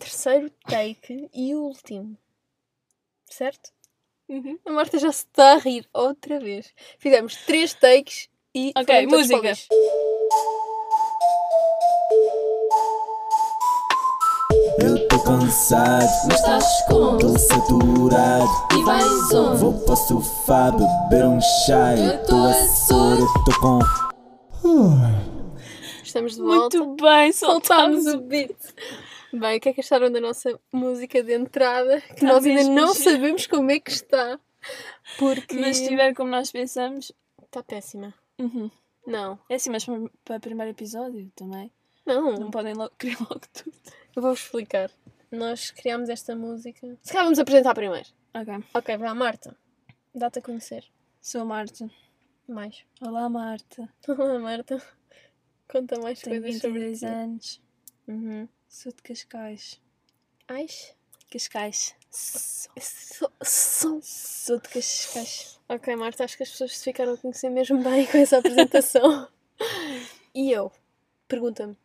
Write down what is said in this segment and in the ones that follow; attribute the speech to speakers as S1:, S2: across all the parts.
S1: terceiro take e último. Certo?
S2: Uhum.
S1: A Marta já se está a rir outra vez. Fizemos três takes e.
S2: Ok,
S1: foram todos
S2: música.
S1: para o lixo.
S3: Eu tô cansado,
S4: Mas estás com
S3: tô saturado.
S4: E vais onde?
S3: Vou pro sofá beber um chá. Eu tô a soro, eu tô com.
S1: Estamos de volta.
S2: Muito bem, soltámos o.
S1: beat. Bem, o que é que acharam da nossa música de entrada? Que nós ainda
S2: mesmo
S1: não
S2: gira.
S1: sabemos como é que está. Porque
S2: Mas se estiver como nós pensamos.
S1: está péssima.
S2: Uhum.
S1: Não,
S2: É assim, mas para- para o primeiro episódio também. Não
S1: não.
S2: podem logo, querer logo tudo.
S1: Eu vou-vos explicar. Nós criámos esta música. Se calhar vamos apresentar primeiro.
S2: Ok.
S1: Ok, vai lá, Marta. Dá-te a conhecer.
S2: Sou a Marta.
S1: Mais.
S2: Olá, Marta.
S1: Olá, Marta. então, Conta mais
S2: Tenho
S1: coisas sobre
S2: 22
S1: ti.
S2: anos.
S1: Uhum.
S2: Sou de Cascais.
S1: Ai,
S2: Cascais.
S1: sou- sou-
S2: Sou de Cascais.
S1: Ok, Marta, acho que as pessoas se ficaram a conhecer mesmo bem com essa apresentação. e eu? Pergunta-me.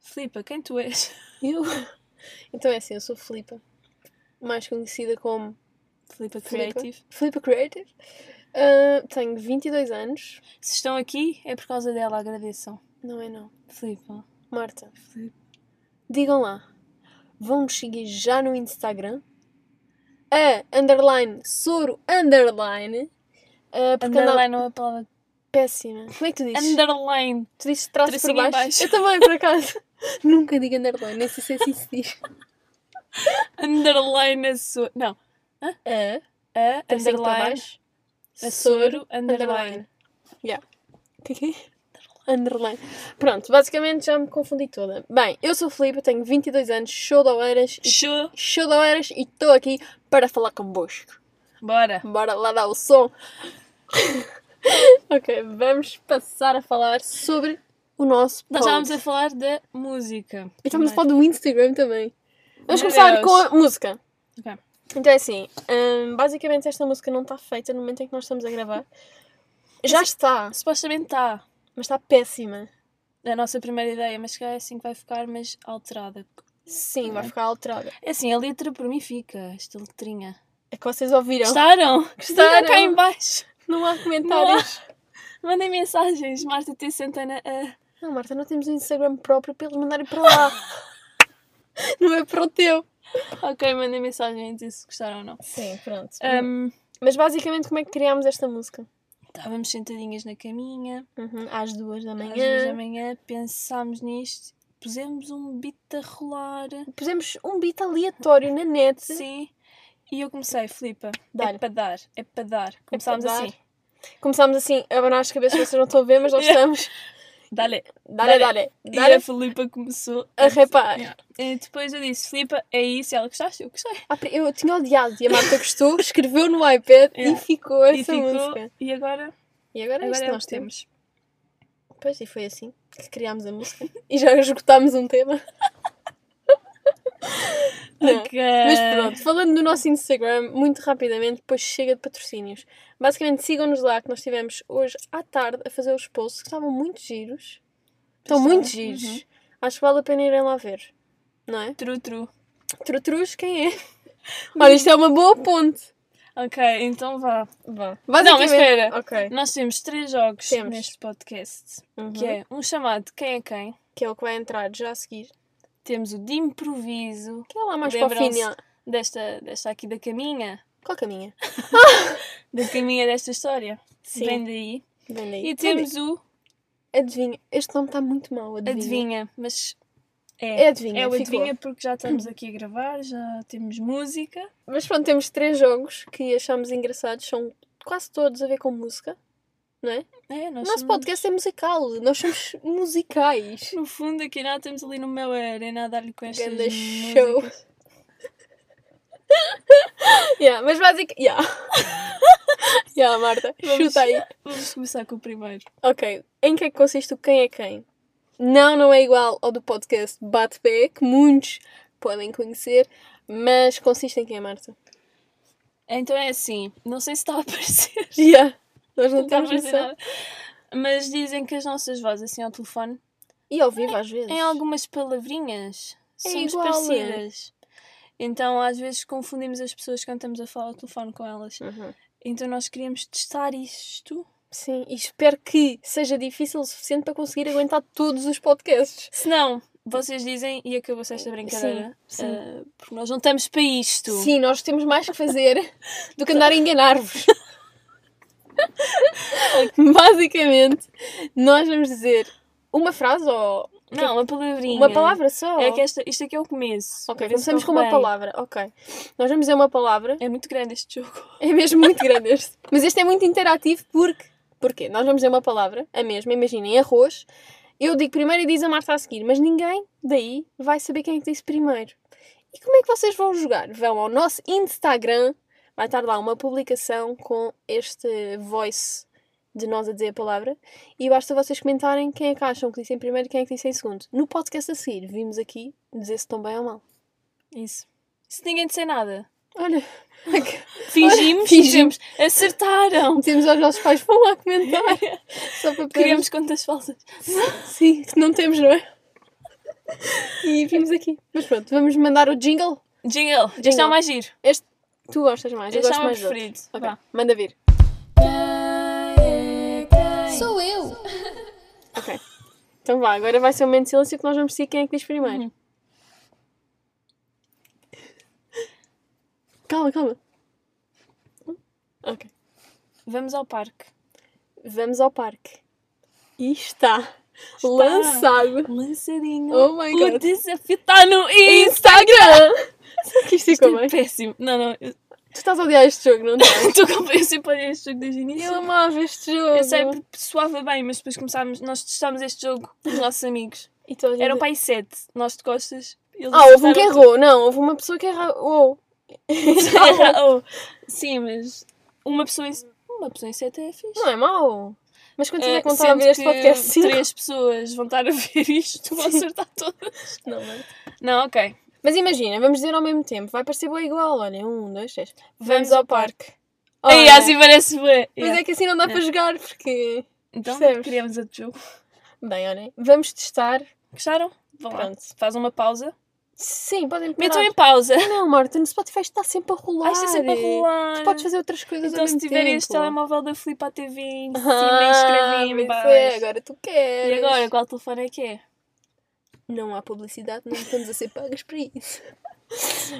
S2: Filipa, quem tu és?
S1: Eu? Então é assim, eu sou Filipa, mais conhecida como
S2: Filipa
S1: Filipa.
S2: Creative.
S1: Filipa Creative. Ah, tenho 22 anos.
S2: Se estão aqui, é por causa dela, agradeçam.
S1: Não é não.
S2: Filipa.
S1: Marta,
S2: Filipa.
S1: digam lá. Vão nos seguir já no Instagram. A underline Soro underline. ah, porque anda
S2: Underline é uma palavra.
S1: péssima. Como é que tu dizes?
S2: Underline.
S1: Tu dizes traço por
S2: Tracinho
S1: baixo?
S2: em baixo.
S1: Eu também, por acaso. Nunca digo underline, nem sei se é assim que se diz.
S2: Underline a soro. Não.
S1: A
S2: A
S1: Tracinho para
S2: underline.
S1: baixo.
S2: A soro. Underline.
S1: Yeah. Que que é? Underline. Pronto, basicamente já me confundi toda. Bem, eu sou a Filipe, tenho 22 anos, show de horas e
S2: Show.
S1: show de horas e estou aqui para falar convosco.
S2: Bora.
S1: Bora lá dar o som. ok, vamos passar a falar sobre o nosso
S2: Nós estávamos
S1: pod.
S2: a falar da música.
S1: E estamos a Então falar do Instagram também. Vamos
S2: Meu
S1: começar
S2: Deus.
S1: com a música.
S2: Ok.
S1: Então é assim, hum, basicamente esta música não está feita no momento em que nós estamos a gravar. Já está,
S2: Supostamente está.
S1: mas está péssima.
S2: A nossa primeira ideia, mas que é assim que vai ficar, mas alterada.
S1: Sim, vai ficar alterada.
S2: É assim, a letra por mim fica, esta letrinha.
S1: É que vocês ouviram.
S2: Gostaram?
S1: Gostaram?
S2: Digam cá em baixo.
S1: Não há comentários.
S2: Mandem mensagens, Marta T. Santana. ah,
S1: Não. Marta, não temos um Instagram próprio para eles mandarem para lá. não é para o teu.
S2: Ok, mandem mensagem e dizem se gostaram ou não. Um,
S1: Sim, pronto.
S2: Ahm,
S1: Ah, Mas basicamente, como é que criámos esta música?
S2: Estávamos tá, sentadinhas na caminha,
S1: Uhum, Às duas da manhã.
S2: às duas da manhã, pensámos nisto, pusemos um beat a rolar.
S1: Pusemos um beat aleatório na net.
S2: Sim. E eu comecei, Filipa,
S1: Dá-lhe.
S2: é para dar, é para dar. Começámos
S1: dar.
S2: assim,
S1: Começámos assim a abanar as cabeças, vocês não estão a ver, mas nós estamos.
S2: dá-lhe.
S1: Dale,
S2: Dale.
S1: dale.
S2: E a
S1: Dale
S2: Filipa começou
S1: a repar.
S2: E depois eu disse, Filipa, é isso, e ela gostaste? Eu gostei.
S1: Ah, pera, eu tinha odiado e a Marta gostou, escreveu no iPad e
S2: Yeah.
S1: ficou essa
S2: e ficou,
S1: música.
S2: e agora,
S1: E agora, é
S2: agora
S1: isto
S2: é
S1: que
S2: o
S1: nós
S2: que
S1: temos.
S2: temos.
S1: Pois, e foi assim que criámos a música. E já esgotámos um tema. Não.
S2: Ok.
S1: Mas
S2: Eh,
S1: pronto, falando do nosso Instagram, muito rapidamente, depois chega de patrocínios. Basicamente, sigam-nos lá, que nós estivemos hoje à tarde a fazer os posts, que estavam muito giros. Estão
S2: Pois
S1: muito
S2: está.
S1: giros. Acho que vale a pena irem lá ver. Não é?
S2: Tru, tru.
S1: Trutrus, quem é? Olha, isto é uma boa ponte.
S2: Ok, então vá.
S1: Vá.
S2: Não, mas espera.
S1: Ok.
S2: Nós temos três jogos
S1: Temos.
S2: neste podcast,
S1: Uhum.
S2: que é um chamado Quem é Quem,
S1: Que é o que vai entrar já a seguir.
S2: temos o de improviso,
S1: Que é lá mais para o
S2: Lembram-se?
S1: final.
S2: desta, desta aqui da caminha,
S1: Qual caminha?
S2: da caminha desta história.
S1: Sim.
S2: Vem daí.
S1: Vem daí.
S2: E temos o
S1: Adivinha. Este nome está muito mal, adivinha.
S2: Adivinha, mas
S1: É
S2: é,
S1: adivinha,
S2: é o
S1: ficou.
S2: Adivinha porque já estamos aqui a gravar, já temos música.
S1: Mas pronto, temos três jogos que achamos engraçados. São quase todos a ver com música, não é?
S2: É, nós
S1: o nosso
S2: somos-
S1: podcast é musical. Nós somos musicais.
S2: No fundo, aqui nós estamos ali no meu arena a dar-lhe com estas
S1: Ganda
S2: músicas.
S1: show. yeah, mas basicamente... Yeah. yeah, Marta.
S2: Vamos-
S1: Chuta aí.
S2: Vamos começar com o primeiro.
S1: Ok, em que é que consiste o quem é quem? Não, não é igual ao do podcast Bate Pé, que muitos podem conhecer, mas consiste em quem é Marta?
S2: Então é assim, não sei se está a aparecer.
S1: Yeah. Nós não
S2: não está a
S1: temos
S2: aparecer
S1: noção.
S2: nada. Mas dizem que as nossas vozes, assim ao telefone,
S1: E ao vivo às vezes.
S2: em algumas palavrinhas,
S1: É
S2: somos
S1: igual, é?
S2: parecidas. Então, às vezes, confundimos as pessoas quando estamos a falar ao telefone com elas.
S1: Uhum.
S2: Então, nós queríamos testar isto.
S1: Sim, e espero que seja difícil o suficiente para conseguir aguentar todos os podcasts.
S2: Se não, vocês dizem e acabou-se esta brincadeira.
S1: sim.
S2: Ah, porque nós não estamos para isto.
S1: Sim, nós temos mais que fazer do que andar a enganar-vos. Basicamente, nós vamos dizer uma frase ou
S2: Não, uma palavrinha.
S1: uma palavra só.
S2: É que esta, isto aqui é o começo.
S1: Ok,
S2: Vê se
S1: começamos com
S2: corre
S1: uma
S2: bem.
S1: palavra. Ok. Nós vamos dizer uma palavra.
S2: É muito grande este jogo.
S1: É mesmo muito grande este. Mas este é muito interativo porque. Porquê? Nós vamos dizer uma palavra, a mesma, imaginem, arroz. Eu digo primeiro e diz a Marta a seguir, mas ninguém daí vai saber quem é que disse primeiro. E como é que vocês vão jogar? Vão ao nosso Instagram, vai estar lá uma publicação com este voice de nós a dizer a palavra e basta vocês comentarem quem é que acham que disse em primeiro e quem é que disse em segundo. No podcast a seguir, vimos aqui dizer se estão bem ou mal.
S2: Isso. Se ninguém disser nada,
S1: Olha,
S2: fingimos,
S1: fingimos.
S2: fingimos. acertaram.
S1: temos aos nossos pais, vão lá comentar. Só para podermos
S2: Queríamos contas falsas.
S1: Sim, que não temos, não é? E vimos aqui. Mas pronto, vamos mandar o jingle.
S2: Jingle, este é
S1: Jingle.
S2: o mais giro.
S1: Este tu gostas mais, eu
S2: Este é
S1: gosto
S2: o meu
S1: mais do outro.
S2: preferido.
S1: Ok,
S2: Vá.
S1: manda vir.
S4: Sou eu.
S1: Ok. Então vá, agora vai ser um momento de silêncio que nós vamos decidir quem é que diz primeiro. Calma, calma. Ok.
S2: Vamos ao parque.
S1: Vamos ao parque. E está, lançado
S2: Lançadinho.
S1: Oh my
S2: O
S1: God.
S2: desafio está no Insta.
S1: Instagram! Sabe que isto ficou
S2: Isto é
S1: bem?
S2: péssimo. Não, não. Eu
S1: Tu estás a odiar este jogo, não estás?
S2: estou com eu sempre olhei este jogo desde o
S1: Eu
S2: início.
S1: amava este jogo.
S2: Eu sei porque soava bem, mas depois começámos, nós testámos este jogo com os nossos amigos.
S1: E toda a gente-
S2: Eram pai sete, nós de costas. eles
S1: Ah, houve um que
S2: acertaram
S1: errou. Não, houve uma pessoa que errou.
S2: tudo. Era- oh. Sim, mas uma pessoa em, uma pessoa em sete é fixe.
S1: Não é mau. Mas quantos é
S2: Eh,
S1: que vão estar a
S2: sendo
S1: ver este
S2: que
S1: podcast? Sim.
S2: Três pessoas vão estar a ver isto, vão acertar todas.
S1: Não, mas...
S2: Não, ok.
S1: mas imagina, vamos dizer ao mesmo tempo. Vai parecer boa igual. Olha, um, dois, três. Vamos,
S2: Vamos
S1: ao
S2: ao
S1: parque.
S2: Aí,
S1: Olha,
S2: assim parece bem.
S1: Mas é que assim não dá para jogar porque...
S2: Então,
S1: percebes?
S2: criamos outro jogo.
S1: Bem, olhem. Vamos testar.
S2: Gostaram? Vão lá.
S1: Pronto.
S2: Faz uma pausa.
S1: Sim, podem parar.
S2: Metam em pausa.
S1: Não, Marta, no Spotify está sempre a rolar.
S2: Ah, isto é sempre a rolar.
S1: Tu podes fazer outras coisas
S2: Então,
S1: ao
S2: se
S1: mesmo
S2: tiverem este
S1: tempo.
S2: telemóvel da Filipe à TV, em cima,
S1: Ah,
S2: inscrevem em
S1: pois é,
S2: baixo.
S1: agora tu queres.
S2: E agora, qual telefone é que é?
S1: Não há publicidade, não estamos a ser pagas para isso.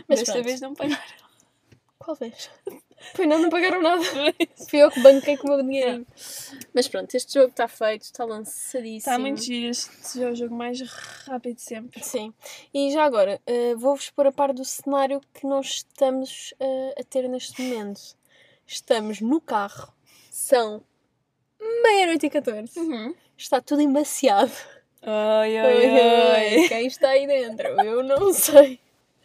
S1: Mas
S2: Desta
S1: pronto.
S2: vez não pagaram.
S1: Qual vez? Pois não, não pagaram nada. Fui eu que banquei com o meu dinheirinho. Mas pronto, este jogo está feito, está lançadíssimo.
S2: Está muito giro. Este é o jogo mais rápido de sempre.
S1: Sim. E já agora, eh, vou-vos pôr a par do cenário que nós estamos eh, a ter neste momento. Estamos no carro, são meia-noite e 14.
S2: Uhum.
S1: Está tudo embaciado. Oi,
S2: Oi, oi, oi.
S1: oi, Quem está aí dentro? Eu não sei.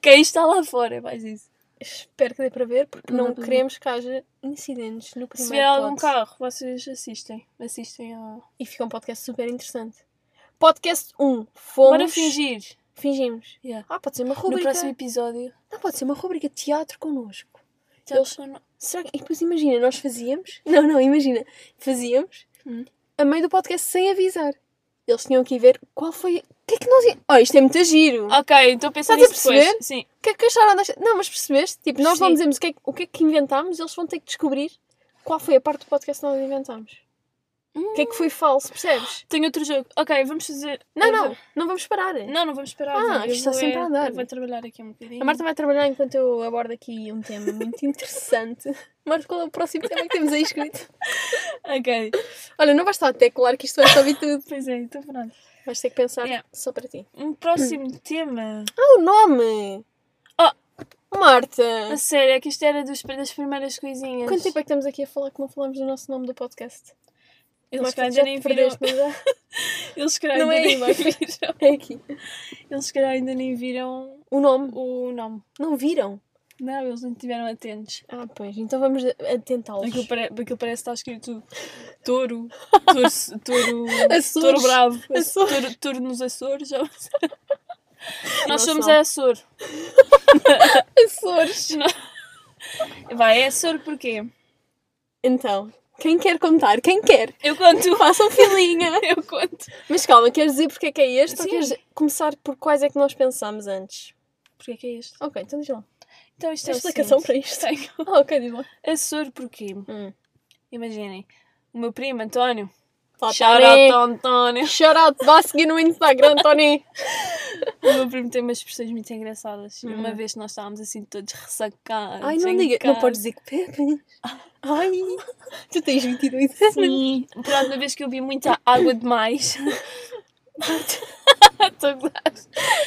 S2: Quem está lá fora, mais isso.
S1: Espero que dê para ver, porque
S2: Não
S1: não,
S2: dá para ver.
S1: queremos que haja incidentes no primeiro
S2: Se vier algum
S1: pod.
S2: carro, vocês assistem. Assistem ao.
S1: E fica um podcast super interessante. Podcast 1. Fomos.
S2: Bora fingir.
S1: Fingimos.
S2: Yeah.
S1: Ah, pode ser uma
S2: No
S1: rubrica.
S2: próximo episódio.
S1: Não, pode ser uma rubrica de teatro connosco.
S2: Eles são.
S1: Será que... E depois imagina, nós fazíamos... Não, não, imagina. Fazíamos
S2: Hum.
S1: a meio do podcast sem avisar. Eles tinham que ir ver qual foi... O que é que nós... ia- Oh, isto é muito giro.
S2: Ok, então pensa
S1: Estás a
S2: nisso depois.
S1: perceber?
S2: Sim.
S1: O que é que acharam desta... Não, mas percebeste? Tipo, nós não
S2: Sim.
S1: dizemos o que, é... que- o que é que inventámos, eles vão ter que descobrir qual foi a parte do podcast que nós inventámos. O que é que foi falso, percebes?
S2: Tenho outro jogo. Ok, vamos fazer.
S1: Não,
S2: eu
S1: não,
S2: vou-
S1: não vamos parar.
S2: Não, não vamos parar.
S1: Ah,
S2: vou- eu
S1: isto está
S2: vou
S1: sempre
S2: é-
S1: a andar.
S2: Eu vou trabalhar aqui um bocadinho.
S1: A Marta vai trabalhar enquanto eu abordo aqui um tema muito interessante. Marta, qual é o próximo tema que temos aí escrito?
S2: Ok.
S1: Olha, não vais estar a teclar que isto vai ouvir tudo.
S2: Pois é, então pronto.
S1: Vais ter que pensar
S2: Yeah.
S1: só para ti.
S2: Um próximo tema.
S1: Ah, o nome! Oh! Marta!
S2: A sério, é que isto era dos, das primeiras coisinhas.
S1: Quanto tempo é que estamos aqui a falar que não falamos do nosso nome do podcast?
S2: Eles
S1: Marta,
S2: calhar
S1: já
S2: ainda
S1: te
S2: nem viram.
S1: perdeste, não é?
S2: Eles calhar
S1: Não
S2: ainda
S1: é aí,
S2: nem
S1: Marta.
S2: viram.
S1: É aqui.
S2: Eles calhar ainda nem viram
S1: O nome.
S2: o nome.
S1: Não viram?
S2: Não, eles não estiveram atentos.
S1: Ah, pois. Então vamos atentá-los.
S2: Aquilo, pare... aquilo parece que está escrito touro, touro, touro,
S1: Açores.
S2: touro bravo,
S1: Açores.
S2: touro, touro nos Açores. já-
S1: Não
S2: Nós somos
S1: são.
S2: a Açor.
S1: Açores!
S2: Vai, é Açor porquê?
S1: Então, Quem quer contar? Quem quer?
S2: Eu conto.
S1: Façam filinha.
S2: Eu conto.
S1: Mas calma, queres dizer porque é que é este ou
S2: Sim.
S1: queres começar por quais é que nós pensámos antes?
S2: Porquê que é isto?
S1: Ok, então diz lá.
S2: Então isto
S1: Tens
S2: é o
S1: explicação
S2: seguinte.
S1: para isto?
S2: Tenho.
S1: Ah, ok, diz lá.
S2: Açor porquê?
S1: Hum.
S2: Imaginem. O meu primo António.
S1: Fala,
S2: Shout
S1: Tony.
S2: out ao António.
S1: Shout out, vá seguir no Instagram, Tony.
S2: O meu primo tem umas expressões muito engraçadas. E
S1: Hum.
S2: Uma vez nós estávamos assim todos ressacados.
S1: Ai, não
S2: em
S1: diga. Não
S2: casa.
S1: podes dizer que bebes. Ai, tu tens 22 anos.
S2: Sim. Pronto, uma vez que eu vi muita água demais. Estou a gozar.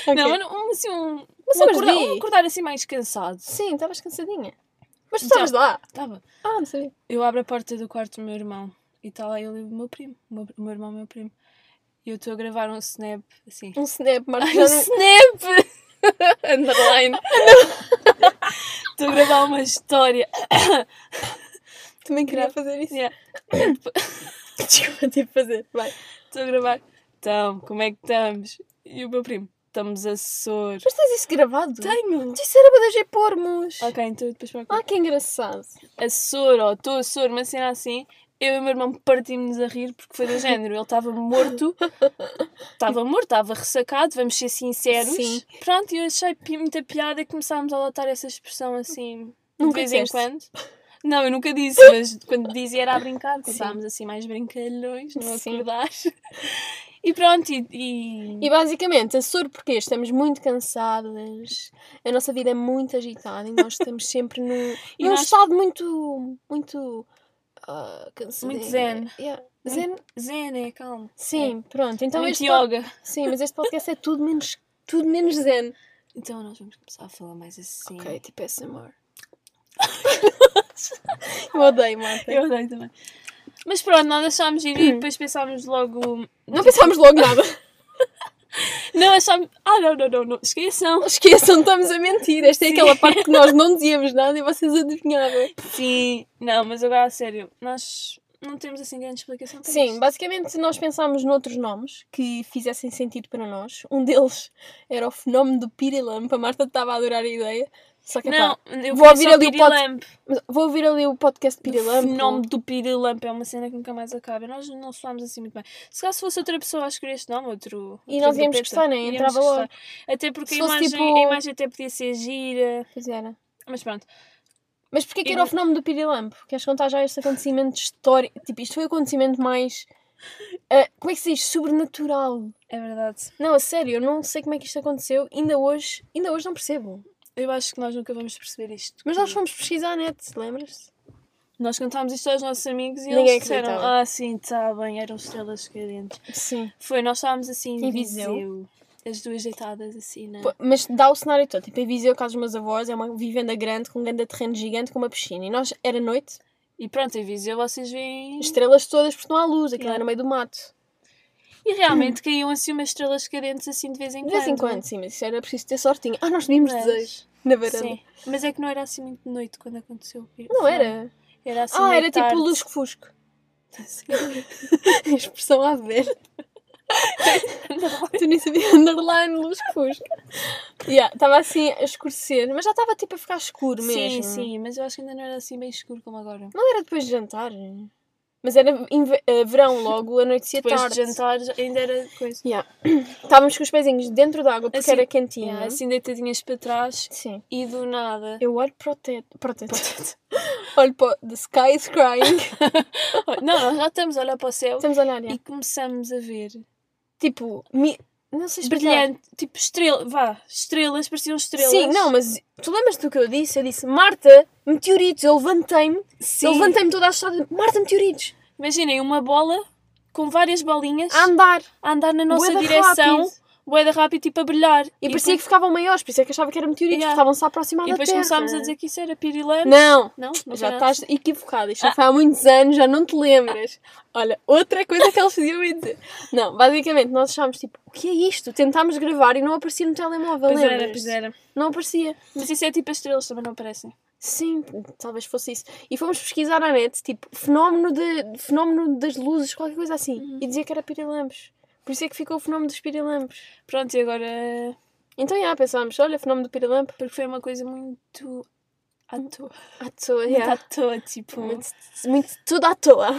S1: Ok.
S2: Não, mas não- um, assim, um,
S1: Mas
S2: um,
S1: sabes
S2: acordar,
S1: ver?
S2: um acordar assim mais cansado.
S1: Sim, estavas cansadinha. Mas tu
S2: Já.
S1: estavas lá.
S2: Estava.
S1: Ah, não sabia.
S2: Eu abro a porta do quarto do meu irmão e está lá ele e o meu primo. O meu, o meu irmão e o meu primo. E eu estou a gravar um snap assim.
S1: Um snap, Marta.
S2: Ai, um snap! Underline. Estou a gravar uma história.
S1: Também queria
S2: Grava.
S1: fazer isso.
S2: Yeah.
S1: Desculpa, tive de fazer. Vai.
S2: Estou a gravar. Então, como é que estamos? E o meu primo? Estamos a sor.
S1: Mas tens isso gravado?
S2: Tenho!
S1: Mas Isso era para deixar pormos.
S2: Ok, então eu depois para
S1: Ah, que engraçado.
S2: a sor, ou estou a sor, uma cena assim. Eu e o meu irmão partimos a rir porque foi do género. Ele estava morto, estava morto, estava ressacado, vamos ser sinceros.
S1: Sim.
S2: Pronto, e eu achei pi- muita piada e começámos a adotar essa expressão assim,
S1: Nunca
S2: de vez em
S1: disseste.
S2: quando. Não, eu nunca disse, mas quando dizia era a brincar, quando
S1: Sim.
S2: estávamos assim mais brincalhões, não
S1: Sim.
S2: acordar. E pronto, e. e...
S1: E basicamente, a Sor porque estamos muito cansadas, a nossa vida é muito agitada e nós estamos sempre num,
S2: E
S1: num
S2: nós-
S1: estado muito. muito. ah, cansado.
S2: Muito zen.
S1: Yeah.
S2: Muito-
S1: Zen?
S2: Zene, né, calma.
S1: Sim, pronto. Então
S2: Muito
S1: este pod-
S2: yoga.
S1: Sim, mas este podcast é tudo menos, tudo menos zen.
S2: Então nós vamos começar a falar mais assim.
S1: Ok, tipo SMR. Eu odeio, Marta.
S2: Eu odeio também. Mas pronto, nós achámos ir e depois pensámos logo.
S1: Não pensámos logo nada.
S2: Não achámos. Ah, não, não, não, não. Esqueçam.
S1: Esqueçam, estamos a mentir. Esta é
S2: Sim.
S1: aquela parte que nós não dizíamos nada e vocês adivinhavam.
S2: Sim. Não, mas agora a sério, nós não temos assim grande explicação para
S1: Sim,
S2: isto.
S1: basicamente nós pensámos noutros nomes que fizessem sentido para nós. Um deles era o fenómeno do Pirilampo. A Marta estava a adorar a ideia. Só que,
S2: Não,
S1: epá,
S2: eu
S1: Vou
S2: vou
S1: ouvir ali
S2: ouvir
S1: o pod- mas vou ouvir ali o podcast Pirilampo.
S2: O nome do Pirilampo é uma cena que nunca mais acaba. Nós não soámos assim muito bem. Se calhar se fosse outra pessoa a escolher este nome, outro.
S1: E
S2: outra
S1: nós íamos
S2: grupeta,
S1: gostar, né?
S2: iríamos
S1: Entrava logo.
S2: gostar. Até porque
S1: Se
S2: a
S1: fosse
S2: imagem,
S1: tipo-
S2: a imagem até podia ser gira.
S1: Pois era.
S2: Mas pronto.
S1: Mas porquê que
S2: E
S1: era o
S2: não-
S1: fenómeno do Pirilampo? Queres contar já este acontecimento histórico? Tipo, isto foi o acontecimento mais. ah, como é que se diz? Sobrenatural.
S2: É verdade.
S1: Não, a sério, eu não sei como é que isto aconteceu. Ainda hoje, ainda hoje não percebo.
S2: Eu acho que nós nunca vamos perceber isto.
S1: Mas nós fomos pesquisar à net, lembras-te?
S2: Nós contámos isto aos nossos amigos e
S1: Ninguém
S2: eles disseram:
S1: acreditava.
S2: Ah, sim, está bem, eram estrelas cadentes.
S1: Sim.
S2: Foi, nós estávamos assim em
S1: Em Viseu.
S2: Viseu, as duas deitadas assim, né?
S1: Mas dá o cenário todo. Tipo, em Viseu, casa dos meus avós, é uma vivenda grande, com um grande terreno gigante, com uma piscina. E nós, era noite,
S2: E pronto, em Viseu vocês veem.
S1: estrelas todas, porque não há luz, aquilo
S2: Yeah.
S1: era no meio do mato.
S2: E realmente caíam assim umas estrelas cadentes assim de vez em
S1: De
S2: quando.
S1: vez em quando, sim, mas isso era preciso ter sortinha. Ah, nós vimos
S2: Mas-
S1: desejos na varanda.
S2: Sim, mas é que não era assim muito de noite quando aconteceu.
S1: Não era?
S2: Era assim.
S1: ah,
S2: meio
S1: era tipo
S2: tarde.
S1: lusco-fusco. A expressão a ver. tu nem sabias underline, lusco-fusco. Yeah, Estava assim a escurecer, mas já estava tipo a ficar escuro
S2: Sim,
S1: mesmo.
S2: sim, mas eu acho que ainda não era assim bem escuro como agora.
S1: Não era depois de jantar. Mas era inve- eh, verão, logo anoitecia
S2: Depois
S1: tarde.
S2: de jantar já- ainda era coisa.
S1: Yeah. Estávamos com os pezinhos dentro da água porque
S2: Assim,
S1: era quentinha.
S2: Yeah, assim deitadinhas para trás
S1: Sim.
S2: e do nada.
S1: Eu olho para o teto. Para o teto. olho para o... The sky is crying.
S2: Não, nós já estamos a olhar para o céu
S1: Estamos a olhar, yeah.
S2: e começamos a ver
S1: Tipo, mi- não sei explicar.
S2: brilhante, tipo estrela, vá, estrelas, pareciam estrelas.
S1: Sim, não, mas tu lembras do que eu disse? Eu disse, Marta, meteoritos. Eu levantei-me.
S2: Sim.
S1: Eu levantei-me toda a estrada. Marta, meteoritos.
S2: Imaginem uma bola com várias bolinhas
S1: A andar.
S2: a andar na nossa
S1: Ah, Bué da
S2: direção,
S1: rápido.
S2: boeda rápido, tipo a brilhar.
S1: E, parecia que ficavam maiores, por isso é que achava que eram meteoritos,
S2: Yeah.
S1: porque estavam-se a aproximar
S2: E
S1: da
S2: depois
S1: Terra.
S2: começámos a dizer que isso era pirilampos.
S1: Não.
S2: Não, não Ah.
S1: Já
S2: foi nada.
S1: estás equivocada, isto já foi há muitos anos, já não te lembras. Olha, outra coisa que eles faziam é dizer. Não, basicamente nós achámos tipo, o que é isto? Tentámos gravar e não aparecia no telemóvel,
S2: Pois
S1: lembras?
S2: era, pois era.
S1: Não aparecia.
S2: Mas isso é tipo as estrelas, também não aparecem.
S1: Sim, talvez fosse isso. E fomos pesquisar na net, tipo, fenómeno, de, fenómeno das luzes, qualquer coisa assim.
S2: Uhum.
S1: E dizia que era pirilampos. Por isso é que ficou o fenómeno dos pirilampos.
S2: Pronto, e agora.
S1: Então já pensámos, olha, fenómeno do pirilampo.
S2: Porque foi uma coisa muito à toa.
S1: À toa,
S2: Muito
S1: yeah.
S2: à toa, tipo.
S1: Muito, muito- tudo à toa.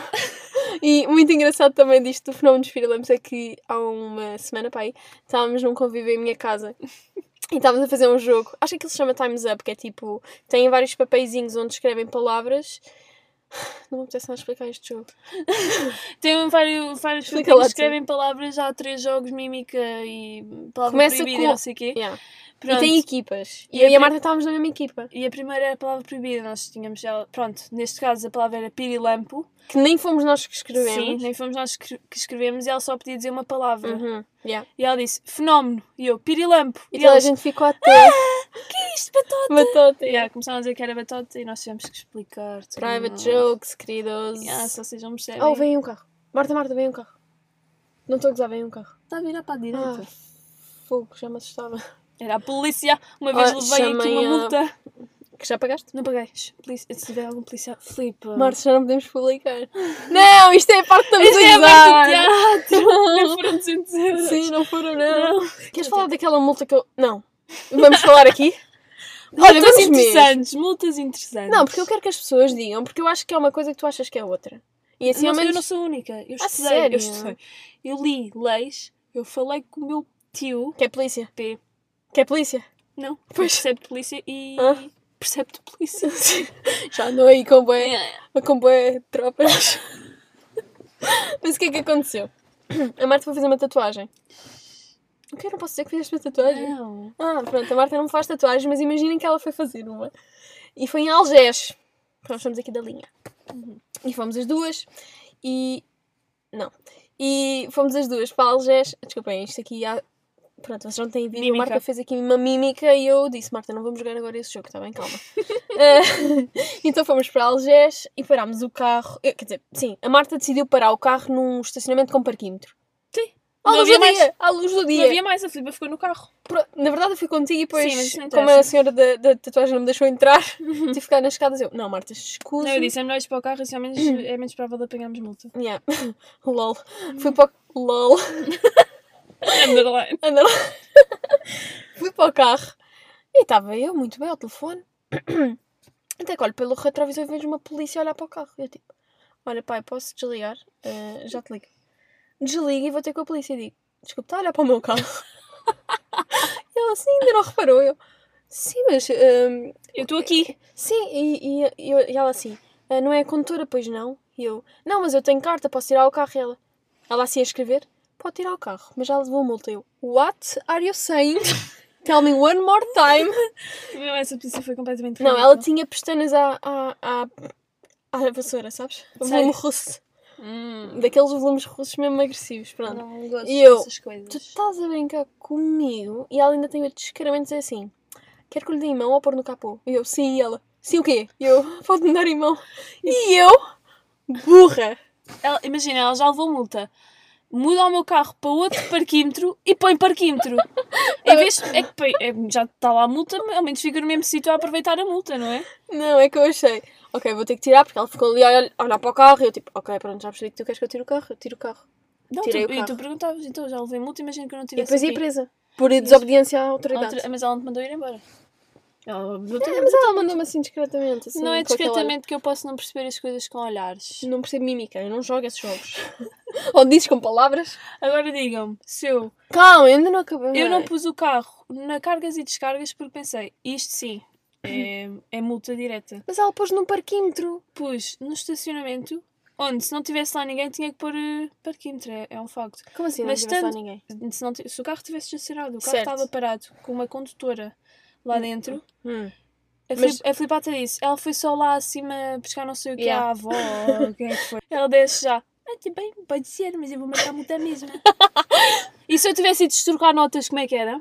S1: E muito engraçado também disto do fenómeno dos Firlamps é que há uma semana, pai, estávamos num convívio em minha casa e estávamos a fazer um jogo. Acho que ele se chama Time's Up, que é tipo, têm vários papeizinhos onde escrevem palavras. Não me apetece nada explicar este jogo.
S2: Tem vários, vários
S1: Explica lá
S2: filmes que
S1: tu.
S2: escrevem palavras, há três jogos, mímica e palavra
S1: Começa
S2: proibida
S1: com-
S2: e não sei o quê.
S1: Yeah. E
S2: Pronto.
S1: tem equipas. E eu
S2: E
S1: e
S2: a
S1: a
S2: pri-
S1: Marta estávamos na mesma equipa.
S2: E a primeira era a palavra proibida, nós tínhamos ela. Pronto, neste caso a palavra era pirilampo.
S1: Que nem fomos nós que
S2: Sim,
S1: escrevemos.
S2: nem fomos nós que que escrevemos e ela só podia dizer uma palavra.
S1: Uhum. Yeah.
S2: E ela disse fenómeno. E eu pirilampo.
S1: E Ah, toda a
S2: eles,
S1: gente ficou à toa.
S2: "Isto, batota.
S1: Batota.
S2: Yeah, começaram a dizer que era batota e nós tivemos que explicar. tudo.
S1: Private jokes, queridos.
S2: Yeah, só vocês não percebem.
S1: Oh, vem um carro. Marta, Marta, vem um carro. Não estou a gozar, vem um carro.
S2: Está a virar para a direita.
S1: Ah, fogo, já me assustava.
S2: Ah. Era a polícia. Uma vez
S1: Oh,
S2: levei aqui
S1: chamei a-
S2: uma multa.
S1: Que já pagaste?
S2: Não paguei. Shh, polícia- Se tiver algum policial. Filipe.
S1: Marta, já não podemos publicar. não, isto é a parte da
S2: Isto é a
S1: musicidade.
S2: parte do teatro. Foram 200 euros.
S1: Sim, não foram, não. Queres
S2: é-
S1: falar daquela multa que eu... Não. Vamos falar aqui? Olha,
S2: multas
S1: vamos mesmo.
S2: interessantes. Multas interessantes.
S1: Não, porque eu quero que as pessoas digam, porque eu acho que é uma coisa que tu achas que é outra. E assim,
S2: Não,
S1: ao
S2: Eu não
S1: menos...
S2: sou única. Eu
S1: Ah,
S2: estudei.
S1: sério?
S2: Eu estudei. Eu li leis. Eu falei com o meu tio.
S1: Que é polícia.
S2: P.
S1: Que é polícia.
S2: Não.
S1: Pois.
S2: Percebe de polícia e...
S1: Ah.
S2: Percebe de polícia.
S1: Já andou aí com bué...
S2: É.
S1: com boé tropas. Mas o que é que aconteceu? A Marta foi fazer uma tatuagem. O que eu não posso dizer que fizeste uma tatuagem?
S2: Não.
S1: Ah, pronto, a Marta não faz tatuagens, mas imaginem que ela foi fazer uma. E foi em Algés. que Nós estamos aqui da linha. E fomos as duas e. Não. E fomos as duas para Algés. Desculpem, isto aqui há. Pronto, vocês não têm vídeo. A
S2: Mímica.
S1: Marta fez aqui uma mímica e eu disse: Marta, não vamos jogar agora esse jogo, está bem? Calma. Ah, então fomos para Algés e parámos o carro. Eu, quer dizer, sim, a Marta decidiu parar o carro num estacionamento com parquímetro.
S2: Sim.
S1: À
S2: Não
S1: luz
S2: havia
S1: do
S2: mais.
S1: dia! À luz do dia!
S2: Não havia mais. A Filipa ficou no carro.
S1: Pro- Na verdade, eu fui contigo e depois,
S2: Sim, mas isso não
S1: como
S2: interessa.
S1: a senhora da, da tatuagem não me deixou entrar, tive que ficar nas escadas. Eu, não, Marta, escusa.
S2: Não, eu disse, é melhor ir para o carro, assim ao menos, é menos provável de apanharmos multa.
S1: Yeah. Lol. Fui para o... Lol.
S2: É Underline.
S1: Anda lá. Fui para o carro e estava eu muito bem ao telefone. Até que olho pelo retrovisor e vejo uma polícia olhar para o carro. Eu tipo, olha pai, posso desligar? Eh, já te ligo. Desligo e vou ter com a polícia e digo, desculpe, está a olhar para o meu carro? Ela assim ainda não reparou. Eu, sim, mas... ehm,
S2: Eu estou aqui.
S1: Sim, e, e, e, eu- e ela assim, "Ah, não é condutora, pois não? E eu, não, mas eu tenho carta, posso tirar o carro. E ela, ela assim a escrever, pode tirar o carro, mas já levou a multa. Eu, what are you saying? Tell me one more time.
S2: Meu, essa polícia foi completamente
S1: Não,
S2: ridícula.
S1: ela tinha pestanas à, à, à, à vassoura, sabes? Volume
S2: Sério?
S1: russo.
S2: Hum,
S1: Daqueles volumes russos mesmo agressivos, pronto.
S2: não gosto
S1: E eu,
S2: dessas coisas.
S1: Tu estás a brincar comigo? E ela ainda tem o descaramento de dizer assim: quer que eu lhe dê em mão ou pôr no capô? E eu, sim, e ela, sim o quê? E eu, pode-me dar em mão. E eu, burra!
S2: Ela- imagina, ela já levou multa. Muda o meu carro para outro parquímetro e põe parquímetro. em vez é que põe- é, já está lá a multa, mas ao menos fica no mesmo sítio a aproveitar a multa, não é?
S1: Não, é que eu achei. Ok, vou ter que tirar, porque ela ficou ali a olhar- a olhar para o carro e eu, tipo, ok, pronto, já percebi que tu queres que eu tire o carro, eu tiro o carro.
S2: Não,
S1: Tirei
S2: tu,
S1: o
S2: e tu
S1: carro.
S2: perguntavas, então já levei multa, imagina que eu não
S1: E
S2: tivesse.
S1: depois ia
S2: aqui.
S1: presa. Por desobediência à autoridade.
S2: Outra- mas ela não te mandou ir embora. Ela-
S1: É, mas ela mandou-me assim discretamente. Assim,
S2: não é
S1: com aquele olhar.
S2: discretamente que eu posso não perceber as coisas com olhares.
S1: Não percebo mímica, eu não jogo esses jogos. Ou dizes com palavras.
S2: Agora digam-me, se eu,
S1: Calma, eu ainda não é. acabei.
S2: eu não pus o carro na cargas e descargas porque pensei, isto sim, é, é multa direta.
S1: Mas ela pôs num parquímetro.
S2: Pus no estacionamento, onde se não tivesse lá ninguém tinha que pôr eh, parquímetro, é, é um facto.
S1: Como assim?
S2: Mas
S1: não tivesse lá
S2: tanto-
S1: ninguém.
S2: Se, não ti- se o carro tivesse estacionado, o carro
S1: Certo. Hum.
S2: estava parado com uma condutora lá dentro, a,
S1: Mas-
S2: Flip, a Flipata disse, ela foi só lá acima buscar não sei o que
S1: Yeah.
S2: à avó, ou quem é que foi. Ela desce já. Ah, tá bem, pode ser, mas eu vou marcar multa mesmo. e se eu tivesse ido trocar notas, como é que era?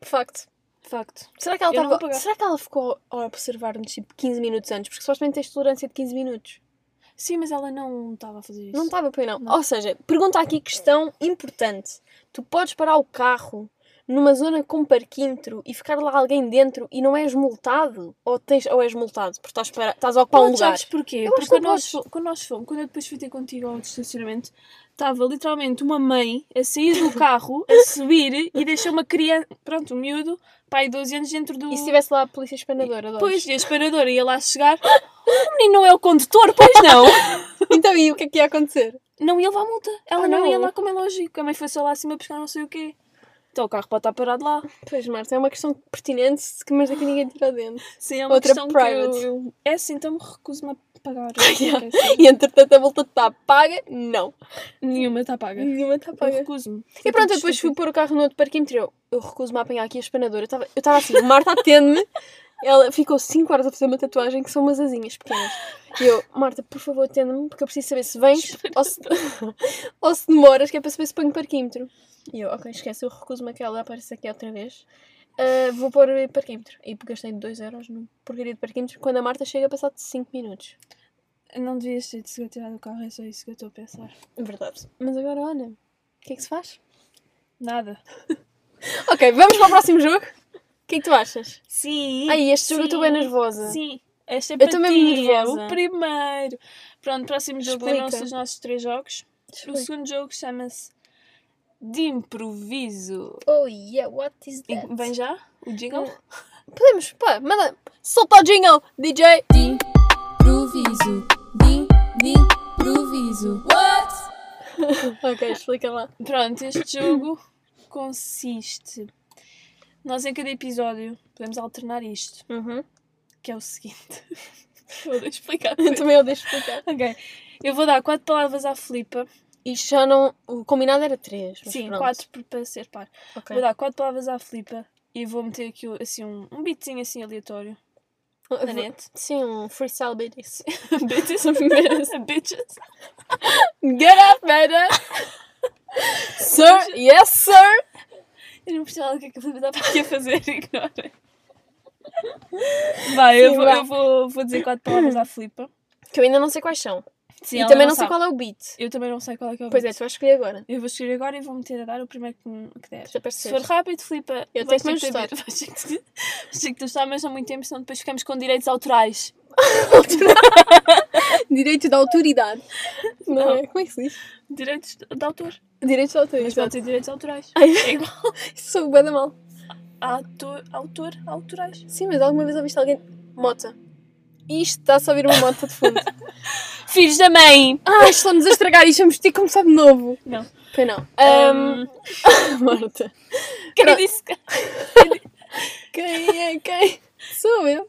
S1: De facto.
S2: Facto.
S1: Será que, ela
S2: Eu não vou
S1: tava...
S2: pagar.
S1: Será que ela ficou a observar-nos tipo 15 minutos antes? Porque supostamente tens tolerância de 15 minutos.
S2: Sim, mas ela não estava a fazer isso.
S1: Não estava, pois não.
S2: Não.
S1: Ou seja, pergunta aqui questão importante. Tu podes parar o carro numa zona com parquímetro e ficar lá alguém dentro e não és multado? Ou, tens... Ou és multado porque estás, para... estás a ocupar um
S2: Podes,
S1: lugar?
S2: sabes porquê?
S1: Eu acho
S2: Porque
S1: que
S2: quando
S1: não
S2: nós,
S1: podes.
S2: fo- quando nós fomos, quando eu depois fui ter contigo ao outro estacionamento, Estava literalmente uma mãe a sair do carro, a subir e deixou uma criança, pronto, um miúdo, pai de 12 anos dentro do.
S1: E se estivesse lá a polícia espanadora? adoro.
S2: Pois, e a esperadora ia lá chegar. O menino não é o condutor, pois não!
S1: Então, e o que é que ia acontecer?
S2: Não ia levar multa. Ela
S1: Ah,
S2: não,
S1: não.
S2: ia lá, como é lógico. A mãe foi só lá acima buscar não sei o quê. Então o carro pode estar parado lá.
S1: Pois, Marta, é uma questão pertinente, que- mas daqui ninguém tira dentro.
S2: Sim, é uma
S1: Outra
S2: questão
S1: private.
S2: que eu- eu... É assim, então me recuso-me a pagar.
S1: yeah.
S2: Ok, sim.
S1: E entretanto a multa está paga? Não.
S2: Nenhuma está paga.
S1: Nenhuma está
S2: Eu
S1: paga.
S2: recuso-me.
S1: E pronto, eu depois fui pôr o carro no outro parquímetro e eu, eu recuso-me a apanhar aqui a espanadora. Eu estava- Eu estava assim, Marta, atende-me. Ela ficou 5 horas a fazer uma tatuagem que são umas asinhas pequenas. E eu, Marta, por favor, atende-me, porque eu preciso saber se vens ou se, ou se demoras, que é para saber se ponho parquímetro. E eu, ok, esquece, eu recuso-me a que ela apareça aqui outra vez. Ah, vou pôr parquímetro. E gastei 2 euros no porcaria de parquímetro, quando a Marta chega passado 5 minutos.
S2: Não devias ter de tirado o carro, é só isso que eu estou a pensar.
S1: Verdade. Mas agora, olha, o que é que se faz?
S2: Nada.
S1: Ok, vamos para o próximo jogo. O que é que tu achas?
S2: Sim.
S1: Ai, este jogo eu estou bem
S2: sim,
S1: nervosa.
S2: Sim. Esta é
S1: Eu
S2: para
S1: tô
S2: ti,
S1: mesmo
S2: é
S1: nervosa.
S2: o primeiro. Pronto, próximo jogo
S1: Explica.
S2: lembram-se dos nossos três jogos. O segundo jogo chama-se De Improviso.
S1: Oh yeah, what is
S2: E Vem já? O jingle?
S1: Hum. Podemos, pá, manda. Solta o jingle, DJ.
S4: de improviso, de, de improviso. What?
S1: Ok, explica lá.
S2: Pronto, este jogo consiste. Nós em cada episódio podemos alternar isto,
S1: Uhum.
S2: que é o seguinte. Vou explicar.
S1: Eu também odeio explicar.
S2: ok. Eu vou dar quatro palavras à Filipa.
S1: Isto já não. O combinado era 3.
S2: Sim, quatro por- para ser par.
S1: Ok.
S2: Vou dar quatro palavras à Filipa e vou meter aqui assim um, um beatzinho assim aleatório
S1: Vou-
S2: na net.
S1: Sim, um freestyle beat. isso.
S2: bitches. bitches.
S1: Get up, better! sir, yes, sir!
S2: Eu não percebo nada o que é que a Filipa está aqui a fazer, ignorem. Vai, eu,
S1: Sim,
S2: vou,
S1: vá.
S2: eu vou, vou dizer quatro palavras à Filipa.
S1: Que eu ainda não sei quais são.
S2: Sim,
S1: e
S2: ela
S1: também não sei
S2: sabe.
S1: qual é o beat.
S2: Eu também não sei qual é que é o
S1: Pois é,
S2: beat.
S1: tu vais escolher agora.
S2: Eu vou escolher agora e vou meter a dar o primeiro que, me- que der.
S1: Já
S2: Se
S1: percebes?
S2: for rápido, Filipa,
S1: Eu
S2: vais
S1: tenho que
S2: ter
S1: me
S2: ter- vais ter que- vais ter que te ajustar, mas não muito tempo, senão depois ficamos com direitos autorais.
S1: Direito da autoridade. Não, é? Como é que se diz?
S2: Direitos de autor.
S1: Direito da
S2: Mas pode
S1: autoridade.
S2: ter direitos autorais.
S1: Ai.
S2: É igual.
S1: Sou bem da mal.
S2: Ator, autor, autorais.
S1: Sim, mas alguma vez ouviste alguém. Mota. Isto está-se a ouvir uma moto de fundo.
S2: Filhos da mãe!
S1: Ai, estamos Ah, a estragar isto, vamos ter que começar de novo.
S2: Não. Hum,
S1: Pois não.
S2: Ahm,
S1: Marta.
S2: quem disse que.
S1: Quem é quem? Sou eu.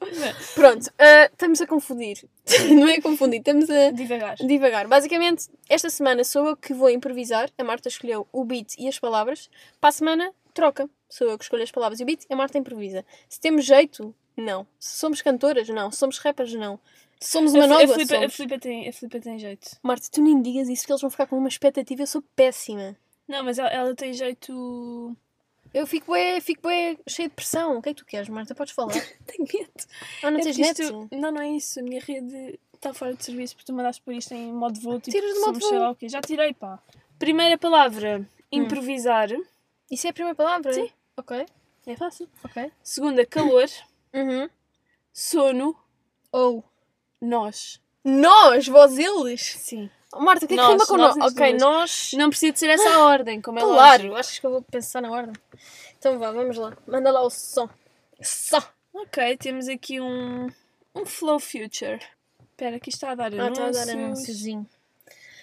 S1: Pronto, ah, estamos a confundir. Não é confundir, estamos a
S2: Devagar.
S1: divagar. Basicamente, esta semana sou eu que vou improvisar. A Marta escolheu o beat e as palavras. Para a semana, troca. Sou eu que escolho as palavras e o beat, a Marta improvisa. Se temos jeito, não. Se somos cantoras, não. Se somos rappers, não. Se somos uma
S2: A,
S1: nova,
S2: a, Filipa, a,
S1: somos.
S2: Filipa tem, a Filipa tem jeito.
S1: Marta, tu nem digas isso que eles vão ficar com uma expectativa, eu sou péssima.
S2: Não, mas ela, ela tem jeito.
S1: Eu fico bué, fico bué cheia de pressão. O que é que tu queres, Marta? Podes falar?
S2: Tenho medo.
S1: Ah, não tens net?
S2: Não, não é isso. A minha rede está fora de serviço porque tu mandaste pôr isto em modo voo. Tipo,
S1: Tiras do modo
S2: somos, sei
S1: voo.
S2: lá o quê. Já tirei, pá. Hum. Primeira palavra: improvisar.
S1: Isso é a primeira palavra?
S2: Sim.
S1: Ok,
S2: É fácil.
S1: ok.
S2: Segunda: calor.
S1: Uhum.
S2: Sono.
S1: Ou
S2: Nós.
S1: nós, vós, eles.
S2: Sim.
S1: Marta, o que é que
S2: Nós,
S1: rima com
S2: nós
S1: nós?
S2: as
S1: Ok,
S2: duas.
S1: nós.
S2: Não precisa de ser essa a ordem, como é lógico.
S1: Claro, achas que eu vou pensar na ordem? Então vá, vamos lá. Manda lá o som. Só.
S2: Ok, temos aqui um, um Flow Future. Espera, aqui está a dar
S1: Ah, está a
S2: anúncios.
S1: dar anúnciozinho.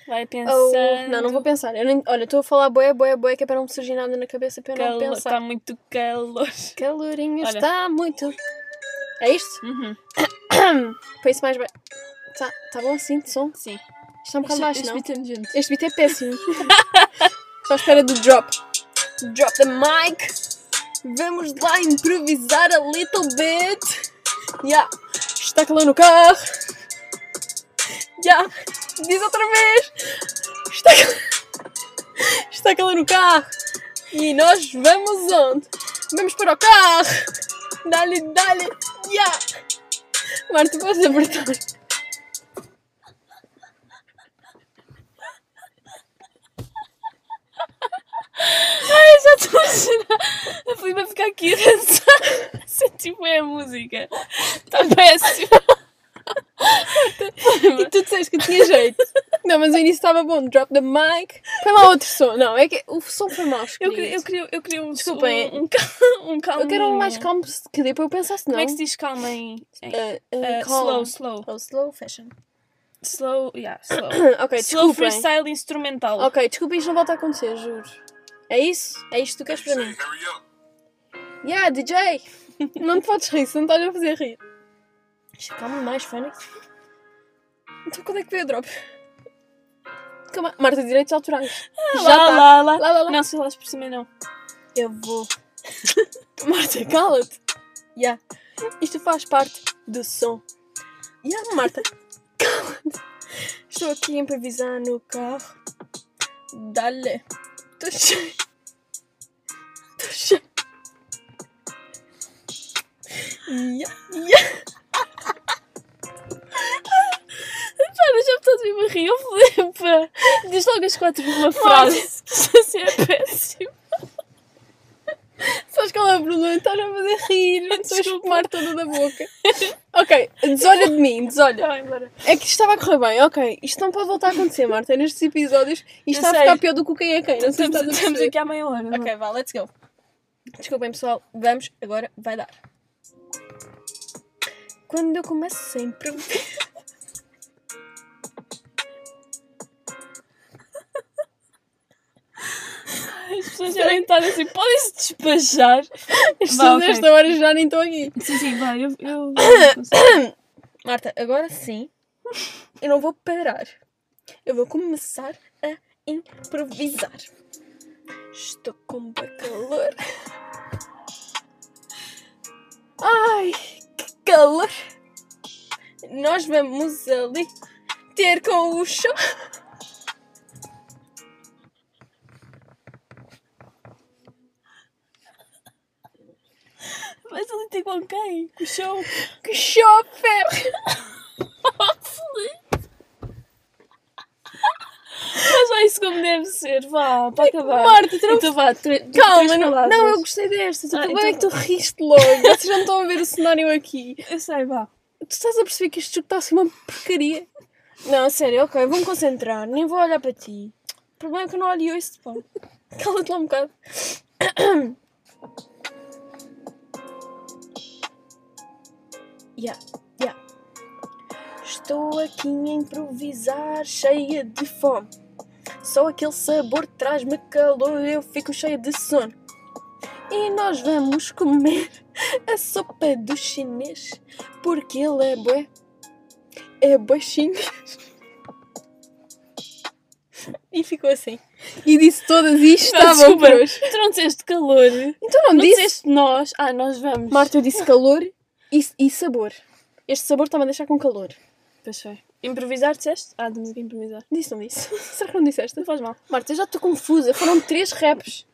S2: Vai pensando.
S1: Ou- Oh, Não, não vou pensar. Eu nem... Olha, estou a falar boia, boia, boia, que é para não me surgir nada na cabeça para eu não
S2: Calor,
S1: pensar.
S2: está muito calor.
S1: Calorinho
S2: Olha.
S1: está muito. É isto?
S2: Uhum,
S1: Põe isso mais baixo. Tá, tá bom assim de som?
S2: sim.
S1: Está um bocado baixo, não?
S2: beat é nojento.
S1: Este beat é péssimo. Só à espera do drop. Drop the mic. Vamos lá improvisar a little bit. Yeah. Estaca lá no carro. Yeah. Diz outra vez. Estaca, Estaca lá no carro. E nós vamos onde? Vamos para o carro. Dá-lhe, dá-lhe. Yeah. Marta, podes apertar.
S2: Eu já estou a imaginar. A Filipe vai ficar aqui a dançar. Senti bem é a música. Está péssimo.
S1: E tu disseste que tinha jeito. Não, mas o início estava bom. Drop the mic. Foi lá outro som. Não, é que o som foi mal
S2: Eu
S1: escolhido.
S2: queria, eu queria, eu queria um,
S1: Desculpem.
S2: um, um, cal- um calmo.
S1: é- Eu quero um mais calmo que dê para eu pensar, senão...
S2: Como é que se diz calma em... em-
S1: Uh, uh,
S2: eh,
S1: calm.
S2: slow, slow.
S1: Oh, slow fashion.
S2: Slow, yeah, slow.
S1: Ok,
S2: slow
S1: desculpem.
S2: freestyle instrumental.
S1: Ok, desculpem, isto não volta a acontecer, juro. É isso? É isto que tu queres para mim? Yeah, DJ! não te podes rir, se não estás a fazer rir. Isto, Calma mais, Fênix. Então quando é que veio a drop? Calma, Marta, direitos autorais.
S2: Ah,
S1: Já
S2: Lá,
S1: tá. está.
S2: lá, lá.
S1: Lá, lá, lá.
S2: Não, se falas por cima não.
S1: Eu vou. Marta, cala-te. Yeah. Isto faz parte do som. Yeah, Marta, cala-te. Estou aqui a improvisar no carro. Dale. Estou cheio. Estou cheio. Yeah, yeah.
S2: Cara, já me estás mesmo a rir. Eu falei, pá. Diz logo as quatro numa frase. Isto assim é péssimo.
S1: Sabes qual é o problema? Estás a fazer rir. Estou a
S2: Desculpa.
S1: espumar toda da boca. ok, desolha de mim, desolha.
S2: Já vai embora.
S1: É que isto estava a correr bem, ok. Isto não pode voltar a acontecer, Marta. Nestes episódios, isto
S2: Eu
S1: está
S2: sei.
S1: a ficar pior do que o quem é quem. Não sei se
S2: Estamos,
S1: estás a
S2: estamos
S1: perceber.
S2: aqui há meia hora. não é?
S1: Ok, vá, let's go. Uhum. Desculpem, pessoal. Vamos, agora vai dar. Quando eu começo a improvisar.
S2: As pessoas já devem estar assim. Podem-se despachar.
S1: As
S2: Vá,
S1: pessoas
S2: ok.
S1: desta hora já nem estão aqui.
S2: Sim, sim, vai. Eu, eu...
S1: Marta, agora sim. Eu não vou parar. Eu vou começar a improvisar. Estou com bué calor. Ai, que calor! Nós vamos ali ter com o show.
S2: Mas ali tem com quem? Com o show.
S1: Que chofer!
S2: Mas vai é isso como deve ser. Vá, para acabar.
S1: Marta, tu não-
S2: Então vá. tre-
S1: Calma,
S2: três
S1: não,
S2: palavras.
S1: não, eu gostei desta. Tu
S2: Ah,
S1: bem
S2: então
S1: é que tu riste logo. Vocês não estão a ver o cenário aqui.
S2: Eu sei, vá.
S1: Tu estás a perceber que este jogo está assim uma porcaria? Não, a sério, ok, vou-me concentrar, nem vou olhar para ti. O problema é que eu não olho e ouço-te, pá. Cala-te lá um bocado. Ya, ya. Estou aqui a improvisar, cheia de fome. Só aquele sabor traz-me calor, eu fico cheia de sono. E nós vamos comer a sopa do chinês. Porque ele é bué. É bué chinês. E ficou assim. E disse todas e
S2: Não,
S1: estava
S2: desculpa.
S1: por hoje.
S2: Tu não disseste calor.
S1: Então não,
S2: Não
S1: disse.
S2: disseste nós. Ah, nós vamos.
S1: Marta, eu disse calor e, e sabor. Este sabor está-me a deixar com calor.
S2: Pois foi. Improvisar disseste? Ah, temos aqui a improvisar.
S1: Disse, não disse? Será que não disseste?
S2: Não faz mal.
S1: Marta, eu já estou confusa. Foram três raps.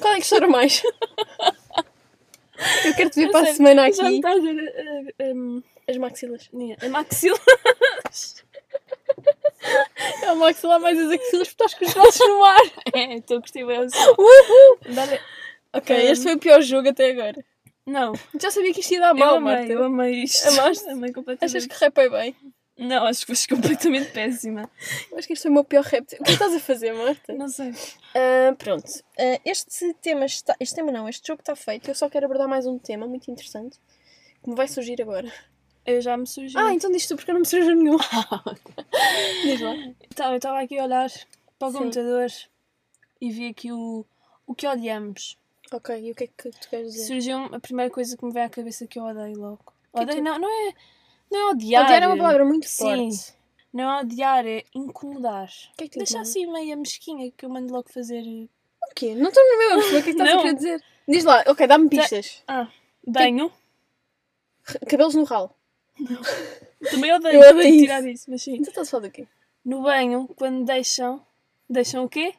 S1: Qual é que chora mais? Eu quero te ver
S2: Eu
S1: para a
S2: sei,
S1: semana
S2: Já me
S1: aqui.
S2: estás a- a- a- um,
S1: As maxilas.
S2: a maxila.
S1: É o maxilar mais as axilas porque estás com os braços no ar.
S2: É, estou a curtir bem o som.
S1: Uhul.
S2: Dá-lhe-
S1: Ok,
S2: Um,
S1: este foi o pior jogo até agora.
S2: Não,
S1: Hum. Já sabia que isto ia dar
S2: eu
S1: mal,
S2: amei,
S1: Marta.
S2: eu amei isto.
S1: Amaste?
S2: Amei completamente.
S1: Achas que rapei bem?
S2: Não, acho que foste completamente péssima.
S1: Eu Acho que este foi o meu pior rap. O que estás a fazer, Marta?
S2: Não sei.
S1: Ah, pronto. Ah, este tema está. Este tema não, este jogo está feito. Eu só quero abordar mais um tema muito interessante que me vai surgir agora.
S2: Eu já me surgi.
S1: Ah, então diz tu porque eu não me surge nenhum. diz lá.
S2: Então, eu estava aqui a olhar para o
S1: Sim.
S2: computador e vi aqui o, o que odiamos.
S1: Ok, e o que é que tu queres dizer?
S2: Surgiu a primeira coisa que me veio à cabeça que eu odeio logo.
S1: que
S2: Odeio,
S1: tu-
S2: não, não é. Não é odiar.
S1: Odiar é uma palavra muito
S2: Sim.
S1: forte.
S2: Não é odiar, é incomodar.
S1: O que é que tu
S2: Deixa
S1: incomoda?
S2: assim meia mesquinha que eu mando logo fazer. eh,
S1: O quê? Não estou no meu a perceber o que é que estás a
S2: Não.
S1: querer dizer. Tá. Diz lá, ok, dá-me pistas. Tipo,
S2: Banho.
S1: R- Cabelos no ralo.
S2: Também odeio,
S1: Eu odeio
S2: tenho que
S1: isso.
S2: tirar isso, mas sim.
S1: Então estás a falar do quê?
S2: No banho, quando deixam. Deixam o quê?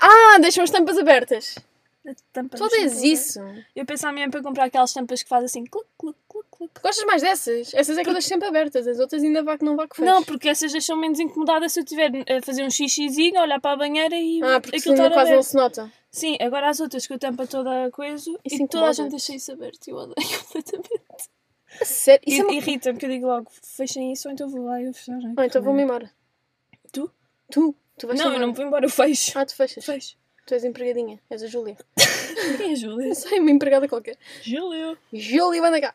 S1: Ah, deixam as tampas abertas.
S2: A tampa
S1: Tu
S2: no
S1: odeias
S2: shampoo, não é?
S1: isso.
S2: Eu pensava mesmo para comprar aquelas tampas que fazem assim. Cluc, cluc, cluc, cluc.
S1: Gostas mais dessas? Essas é que eu deixo sempre abertas. As outras ainda vá que não vá que fecho.
S2: Não, porque essas deixam menos incomodada se eu estiver a fazer um xixizinho, a olhar para a banheira e
S1: Ah, porque
S2: aquilo
S1: senão
S2: estar
S1: quase não
S2: aberto.
S1: se nota.
S2: Sim, agora as outras que eu tampo toda a coisa
S1: Isso
S2: e toda a
S1: incomoda-te.
S2: gente deixa isso aberto e eu odeio completamente.
S1: A Sério? Isso é
S2: Isso
S1: uma...
S2: Irrita-me que eu digo logo, fechem isso ou então vou lá e eu fechar.
S1: Ah, então vou-me embora.
S2: Tu
S1: Tu? Tu vais
S2: Não, eu não me vou embora, eu fecho.
S1: Ah, tu fechas.
S2: Fecho.
S1: Tu és empregadinha. És a Júlia.
S2: Quem é Júlia?
S1: Eu sei, uma empregada qualquer.
S2: Júlia.
S1: Júlia, manda cá.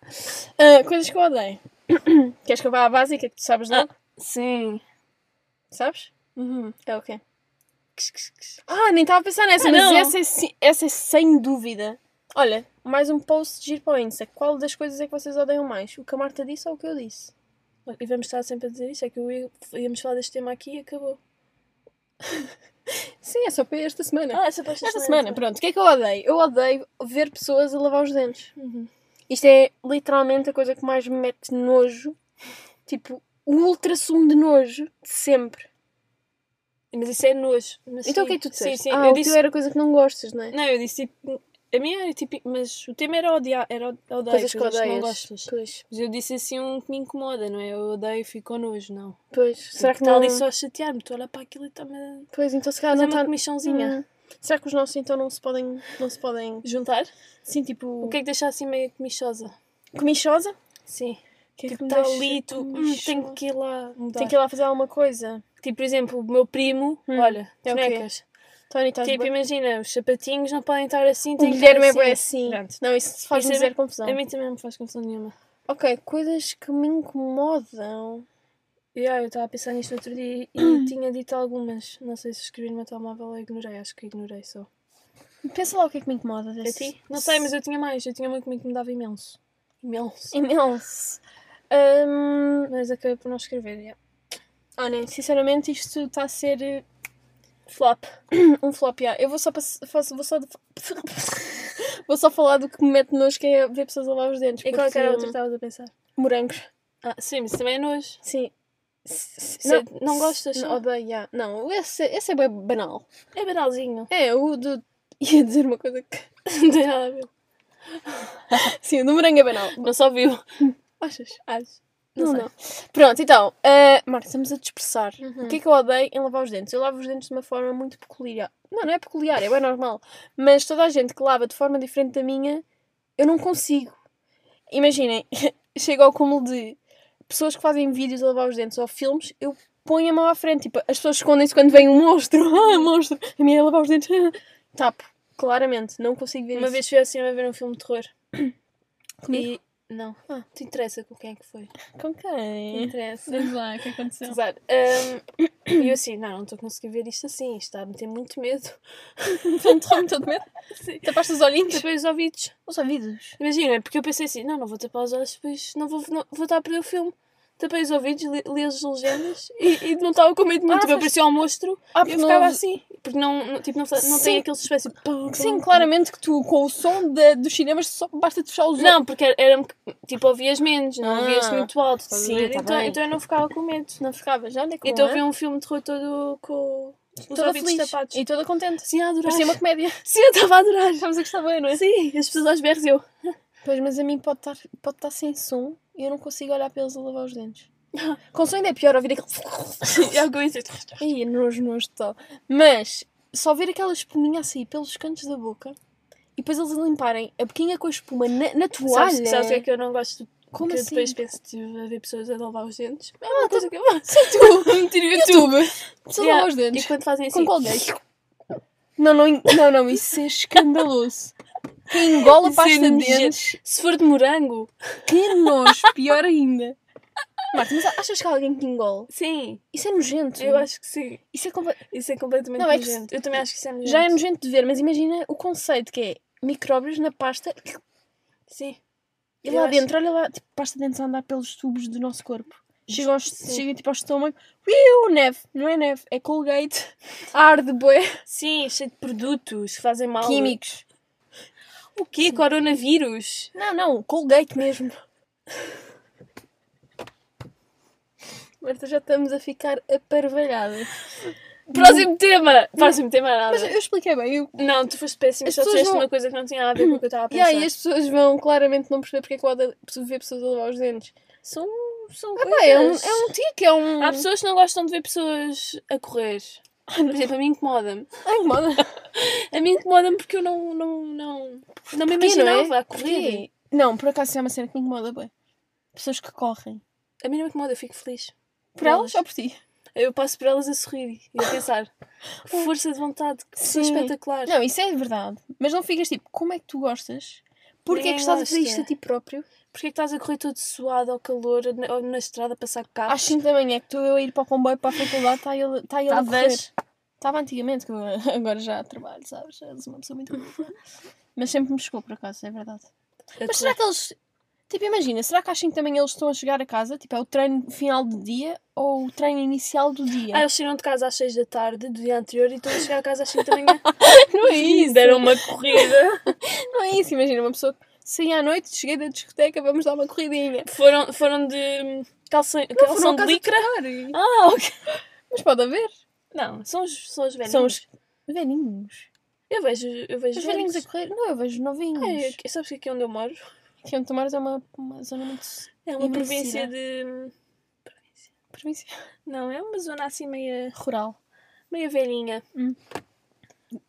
S1: Ah, coisas que eu odeio. Queres que eu vá à básica que tu sabes logo?
S2: Sim.
S1: Sabes?
S2: Uhum.
S1: É o quê?
S2: Quis, quis, quis.
S1: Ah, nem estava a pensar nessa,
S2: Ah,
S1: mas
S2: não.
S1: essa é, si- essa é sem dúvida. Olha, mais um post de giro para o Insta. Qual das coisas é que vocês odeiam mais? O que a Marta disse ou o que eu disse?
S2: E vamos estar sempre a dizer isto, é que eu ia, íamos falar deste tema aqui e acabou.
S1: Sim, é só para esta semana.
S2: Ah, essa para
S1: esta semana, pronto. O que é que eu odeio? Eu odeio ver pessoas a lavar os dentes.
S2: Uhum.
S1: Isto é literalmente a coisa que mais me mete nojo. Tipo, o ultra sumo de nojo de sempre.
S2: Mas isso é nojo. Mas
S1: Então o
S2: sim.
S1: que é que tu disseste?
S2: Sim, sim.
S1: Ah,
S2: eu
S1: o
S2: disse...
S1: teu era coisa que não gostas, não é?
S2: Não, eu disse tipo... A minha era tipo... Mas o tema era odiar, era odiar
S1: coisas que
S2: não
S1: odeias.
S2: gostas.
S1: Pois,
S2: Mas eu disse assim um que me incomoda, não é? Eu odeio, fico nojo, não.
S1: pois. Será que
S2: está
S1: não...
S2: tá ali só a chatear-me? Estou a olhar para aquilo e está-me a
S1: Pois, então se calhar
S2: fazer
S1: não
S2: uma
S1: está...
S2: comichãozinha.
S1: Hum. Será que os nossos então não se podem. Não se podem.
S2: Juntar?
S1: Sim, tipo.
S2: O que é que deixa assim meio comichosa?
S1: Comichosa?
S2: Sim.
S1: Que é que
S2: tipo,
S1: me
S2: está
S1: deixa
S2: ali, tu hum,
S1: comichosa?
S2: tenho que ir lá mudar.
S1: Tem que ir lá fazer alguma coisa.
S2: Tipo, por exemplo, o meu primo,
S1: Hum,
S2: olha,
S1: é o quê?
S2: bonecas.
S1: Tony, estás
S2: Tipo,
S1: tipo,
S2: imagina, os sapatinhos não podem estar assim,
S1: O
S2: tem que
S1: Guilherme é
S2: estar
S1: bem
S2: assim.
S1: assim.
S2: Pronto.
S1: Não, isso faz-me
S2: Isso é
S1: dizer
S2: bem-
S1: confusão.
S2: A mim também não me faz confusão nenhuma.
S1: Ok, coisas que me incomodam.
S2: Yeah, eu estava a pensar nisto no outro dia e- e tinha dito algumas. Não sei se escrevi no meu telemóvel ou ignorei, acho que ignorei só.
S1: Pensa lá o que é que me incomoda
S2: A
S1: desse.
S2: ti? Não sei, mas eu tinha mais, eu tinha muito comigo que me dava imenso. Imenso.
S1: Imenso. Hum,
S2: Mas acabei por não escrever, yeah.
S1: olhem, sinceramente isto está a ser. eh, Flop. Um flop, yeah. Eu vou só, pass- faço- vou só. vou só falar do que me mete nojo, que é ver pessoas a lavar os dentes.
S2: E qual é que era
S1: porque-
S2: a outra que estavas a pensar?
S1: Morangos.
S2: Ah, sim, mas também é nojo.
S1: Sim.
S2: Não, não gostas?
S1: Não,
S2: Não.
S1: odeio, yeah. não esse, esse é bem banal.
S2: É banalzinho.
S1: É, o do. Ia dizer uma coisa que.
S2: Não tem nada a ver.
S1: Sim, o do morango é banal.
S2: Não só viu.
S1: Achas?
S2: Acho.
S1: Não,
S2: Não
S1: não.
S2: sei.
S1: Pronto, então. ah, Marta, estamos a dispersar.
S2: Uhum.
S1: O que é que eu odeio em lavar os dentes? Eu lavo os dentes de uma forma muito peculiar. Não, não é peculiar, é bem normal. Mas toda a gente que lava de forma diferente da minha, eu não consigo. Imaginem, chego ao cúmulo de pessoas que fazem vídeos a lavar os dentes ou filmes, eu ponho a mão à frente. Tipo, as pessoas escondem-se quando vem um monstro. Ah, monstro! A minha é lavar os dentes. Tapo. Claramente, não consigo ver
S2: Uma
S1: isso.
S2: vez fui assim a ver um filme de terror.
S1: Comigo?
S2: E... Não.
S1: Ah.
S2: Te interessa com quem é que foi?
S1: Com quem?
S2: interessa.
S4: Vamos lá, o que aconteceu?
S2: Apesar, hum, e eu assim, não, não estou a conseguir ver isto assim, isto está a meter muito medo.
S1: Estou-me todo medo. Tapaste os olhinhos?
S2: Tapei os ouvidos.
S1: Os ouvidos.
S2: Imagina, porque eu pensei assim, não, não vou tapar os olhos, depois não vou, não, vou estar a perder o filme. Tapei os ouvidos, li, li as legendas e, e não estava com medo
S1: Ah,
S2: muito, porque
S1: faz-
S2: apareceu um monstro
S1: Ah,
S2: e
S1: porque
S2: eu ficava
S1: não-
S2: assim. Porque não, não- tipo, não, fa- não
S1: Sim.
S2: tem aquele suspense. tipo, pum, pum,
S1: Sim,
S2: pum.
S1: claramente que tu, com o som da- dos cinemas, só basta de fechar os olhos.
S2: Não, porque era, era- tipo, ouvias menos, não
S1: Ah.
S2: ouvias muito alto. estás a
S1: Sim,
S2: ver?
S1: tá
S2: então,
S1: bem.
S2: então eu não ficava com medo.
S1: Não ficava, já andei com
S2: Então
S1: uma,
S2: vi um filme de terror todo com os
S1: toda
S2: ouvidos
S1: feliz
S2: tapados.
S1: e toda contente.
S2: Sim, a adorar.
S1: Parecia uma comédia.
S2: Sim, eu estava a adorar.
S1: Estamos a gostar bem, não é?
S2: Sim, as pessoas aos berros e eu.
S1: Pois, mas a mim pode estar, pode estar sem som e eu não consigo olhar para eles a lavar os dentes. Com som ainda é pior ouvir aquele...
S2: E algo isso.
S1: Ai, é nojo, nojo total. Mas, só ver aquela espuminha a sair pelos cantos da boca e depois eles a limparem a boquinha com a espuma na, na toalha...
S2: Sabes, sabes o que é que eu não gosto?
S1: Como
S2: que
S1: assim?
S2: eu depois penso de haver pessoas a lavar os dentes. É uma coisa que eu faço.
S1: Sim, tu! Mentira, YouTube! Só
S2: Yeah.
S1: lavar os dentes.
S2: E quando fazem
S1: Com
S2: assim...
S1: colgate. Não, não, não, não, isso é escandaloso. Quem engola
S2: Isso é
S1: pasta de
S2: nojento.
S1: dentes,
S2: Se for de morango...
S1: que nojo, pior ainda. Marta, mas achas que há alguém que engole?
S2: Sim,
S1: Isso é nojento.
S2: eu acho que sim.
S1: Isso é compa-
S2: Isso é completamente
S1: Não, é que-
S2: nojento. Eu também acho que isso é nojento.
S1: Já é nojento de ver, mas imagina o conceito que é micróbios na pasta
S2: Sim.
S1: e
S2: Eu
S1: lá
S2: acho-
S1: dentro, olha lá, tipo, pasta de dentes a andar pelos tubos do nosso corpo. Chega, aos,
S2: Sim.
S1: chega tipo ao estômago, uiu, neve. Não é neve, é Colgate, ar de boi,
S2: Sim, cheio de produtos que fazem mal.
S1: químicos.
S2: O quê? Coronavírus?
S1: Não, não, Colgate mesmo. Marta, já estamos a ficar aparvalhada.
S2: Próximo tema! Próximo tema nada.
S1: Mas eu expliquei bem. Eu...
S2: Não, tu foste péssimo,
S1: As
S2: só
S1: pessoas
S2: disseste
S1: não-
S2: uma coisa que não tinha nada a ver com o que eu estava a
S1: E
S2: pensar.
S1: aí as pessoas vão claramente não perceber porque é que eu odeio ver pessoas a lavar os dentes.
S2: São, são
S1: Ah, pá, é, um, é um tique, é um...
S2: Há pessoas que não gostam de ver pessoas a correr. Por exemplo, a mim incomoda-me.
S1: Ai, moda.
S2: A mim incomoda-me porque eu não, não, não, não me
S1: Porquê, não é?
S2: imaginava a correr.
S1: Porquê? Não, por acaso isso é uma cena que me incomoda bem. Pessoas que correm.
S2: A mim não me incomoda, eu fico feliz.
S1: Por elas ou por ti?
S2: eu passo por elas a sorrir e a pensar: força de vontade, que pessoa
S1: Ah. Sim.
S2: espetacular.
S1: Não, isso é verdade. Mas não ficas tipo, como é que tu gostas? Porquê é
S2: Ninguém
S1: que estás a fazer
S2: gosta.
S1: isto a ti próprio?
S2: Porquê é que estás a correr todo suado ao calor, na, na estrada, a passar carros?
S1: Às 5 da manhã que estou eu a ir para o comboio para a faculdade, está ele, está ele a correr.
S2: Talvez.
S1: Estava antigamente, que eu agora já trabalho, sabes? És uma pessoa muito ocupada. Mas sempre me chegou por acaso, é verdade. Mas será que eles. Tipo, imagina, será que às 5 da manhã eles estão a chegar a casa? Tipo, é o treino final do dia ou o treino inicial do dia?
S2: Ah, eles saíram de casa às 6 da tarde do dia anterior e estão a chegar a casa às 5 da manhã.
S1: não é isso!
S2: Deram uma corrida.
S1: Não é isso, imagina, uma pessoa saí à noite, cheguei da discoteca, vamos dar uma corridinha.
S2: Foram, foram de calção,
S1: um
S2: calção de licra.
S1: licra?
S2: Ah, ok.
S1: Mas pode haver.
S2: Não, são os, são os velhos.
S1: São os velhinhos.
S2: Eu vejo, eu vejo
S1: Os velhinhos a correr? Não, eu vejo novinhos.
S2: Ai, aqui- sabes que aqui onde eu moro
S1: Que onde Tomares é uma, uma zona muito
S2: é uma província
S1: Imensidade.
S2: de.
S1: província
S2: Não, é uma zona assim meia,
S1: rural.
S2: meia velhinha.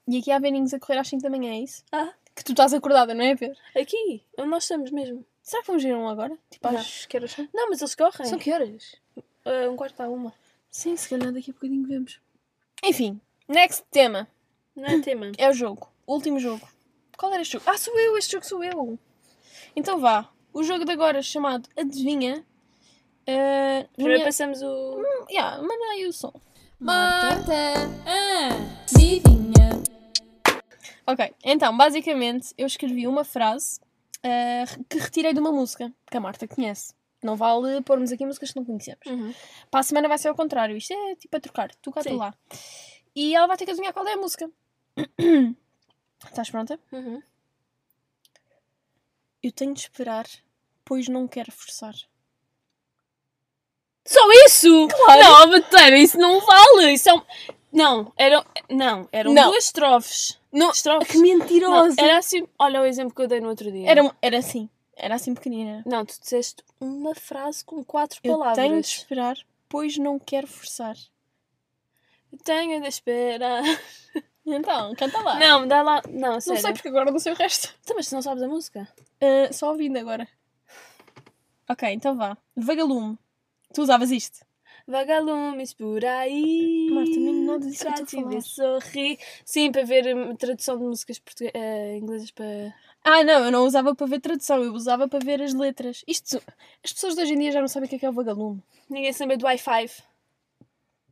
S1: E aqui há velhinhos a correr às 5 da manhã, é isso?
S2: Ah,
S1: Que tu estás acordada, não é, Pedro?
S2: aqui, onde nós estamos mesmo.
S1: Será que vamos ver um agora? Tipo, às...
S2: que horas são? Não, mas eles correm.
S1: São que horas?
S2: Ah, um quarto para uma.
S1: Sim, se calhar daqui a bocadinho vemos. Enfim, next tema
S2: Não é tema.
S1: é o jogo. Último jogo. Qual era este jogo? Ah, sou eu, este jogo sou eu. Então vá. O jogo de agora chamado Adivinha. Ah, na
S2: Primeiro
S1: minha-
S2: passamos o.
S1: Yeah, é manda aí o som.
S4: Marta, adivinha.
S1: Ok, então, basicamente, eu escrevi uma frase ah, que retirei de uma música que a Marta conhece. Não vale pormos aqui músicas que não conhecemos.
S2: Uhum.
S1: Para a semana vai ser ao contrário. Isto é tipo a trocar. Tu cá, tu
S2: Sim.
S1: lá. E ela vai ter que adivinhar qual é a música. Estás pronta?
S2: Uhum.
S1: Eu tenho de esperar, pois não quero forçar.
S2: Só isso? Não, Betana, isso não vale. Isso é um... Não, eram, não, eram
S1: Não.
S2: duas estrofes.
S1: Não,
S2: Estrofes.
S1: Ah, que mentirosa!
S2: Não, era assim, olha o exemplo que eu dei no outro dia.
S1: era, um- era assim. Era assim pequenina.
S2: Não, tu disseste uma frase com quatro
S1: Eu
S2: palavras.
S1: tenho de esperar, pois não quero forçar.
S2: Tenho de esperar.
S1: Então, canta lá. Não,
S2: Não, me dá lá. Ah. Não, sério.
S1: sei porque agora não sei o resto.
S2: Então, mas tu não sabes a música?
S1: Ah, só ouvindo agora. Ok, então vá. Vagalume. Tu usavas isto?
S2: Vagalumes por aí.
S1: Marta, nem nada disso que eu
S2: já
S1: estou a
S2: te vi
S1: falar.
S2: sorrir. Sim, para ver hum, tradução de músicas portugue- eh, inglesas para.
S1: Ah, não, eu não usava para ver tradução, eu usava para ver as letras. Isto, as pessoas de hoje em dia já não sabem o que é, que é o vagalume.
S2: Ninguém sabe do i5.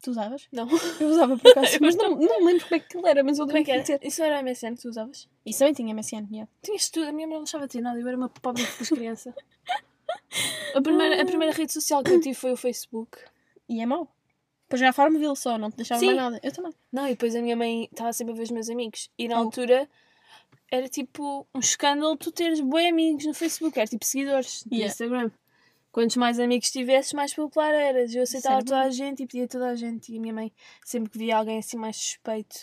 S1: Tu usavas?
S2: Não.
S1: Eu usava por acaso, mas não, não me lembro como é que ele era, mas eu
S2: Como é que era?
S1: devia ter.
S2: Isso não era o MSN que tu usavas?
S1: Isso também tinha MSN, yeah.
S2: Tinhas tudo. A minha mãe não deixava de ter nada. Eu era uma pobre feliz criança. A primeira, a primeira rede social que eu tive foi o Facebook.
S1: Ah. E é mau. Pois já a Farmville só, não te deixava
S2: Sim.
S1: mais nada. Eu também.
S2: Não, e depois a minha mãe estava sempre a ver os meus amigos. E na
S1: Oh.
S2: altura era tipo um escândalo tu teres boi amigos no Facebook, era tipo seguidores no
S1: Yeah.
S2: Instagram. Quantos mais amigos tivesses, mais popular eras. Eu aceitava
S1: Certo.
S2: toda a gente e pedia a toda a gente. E a minha mãe, sempre que via alguém assim mais suspeito,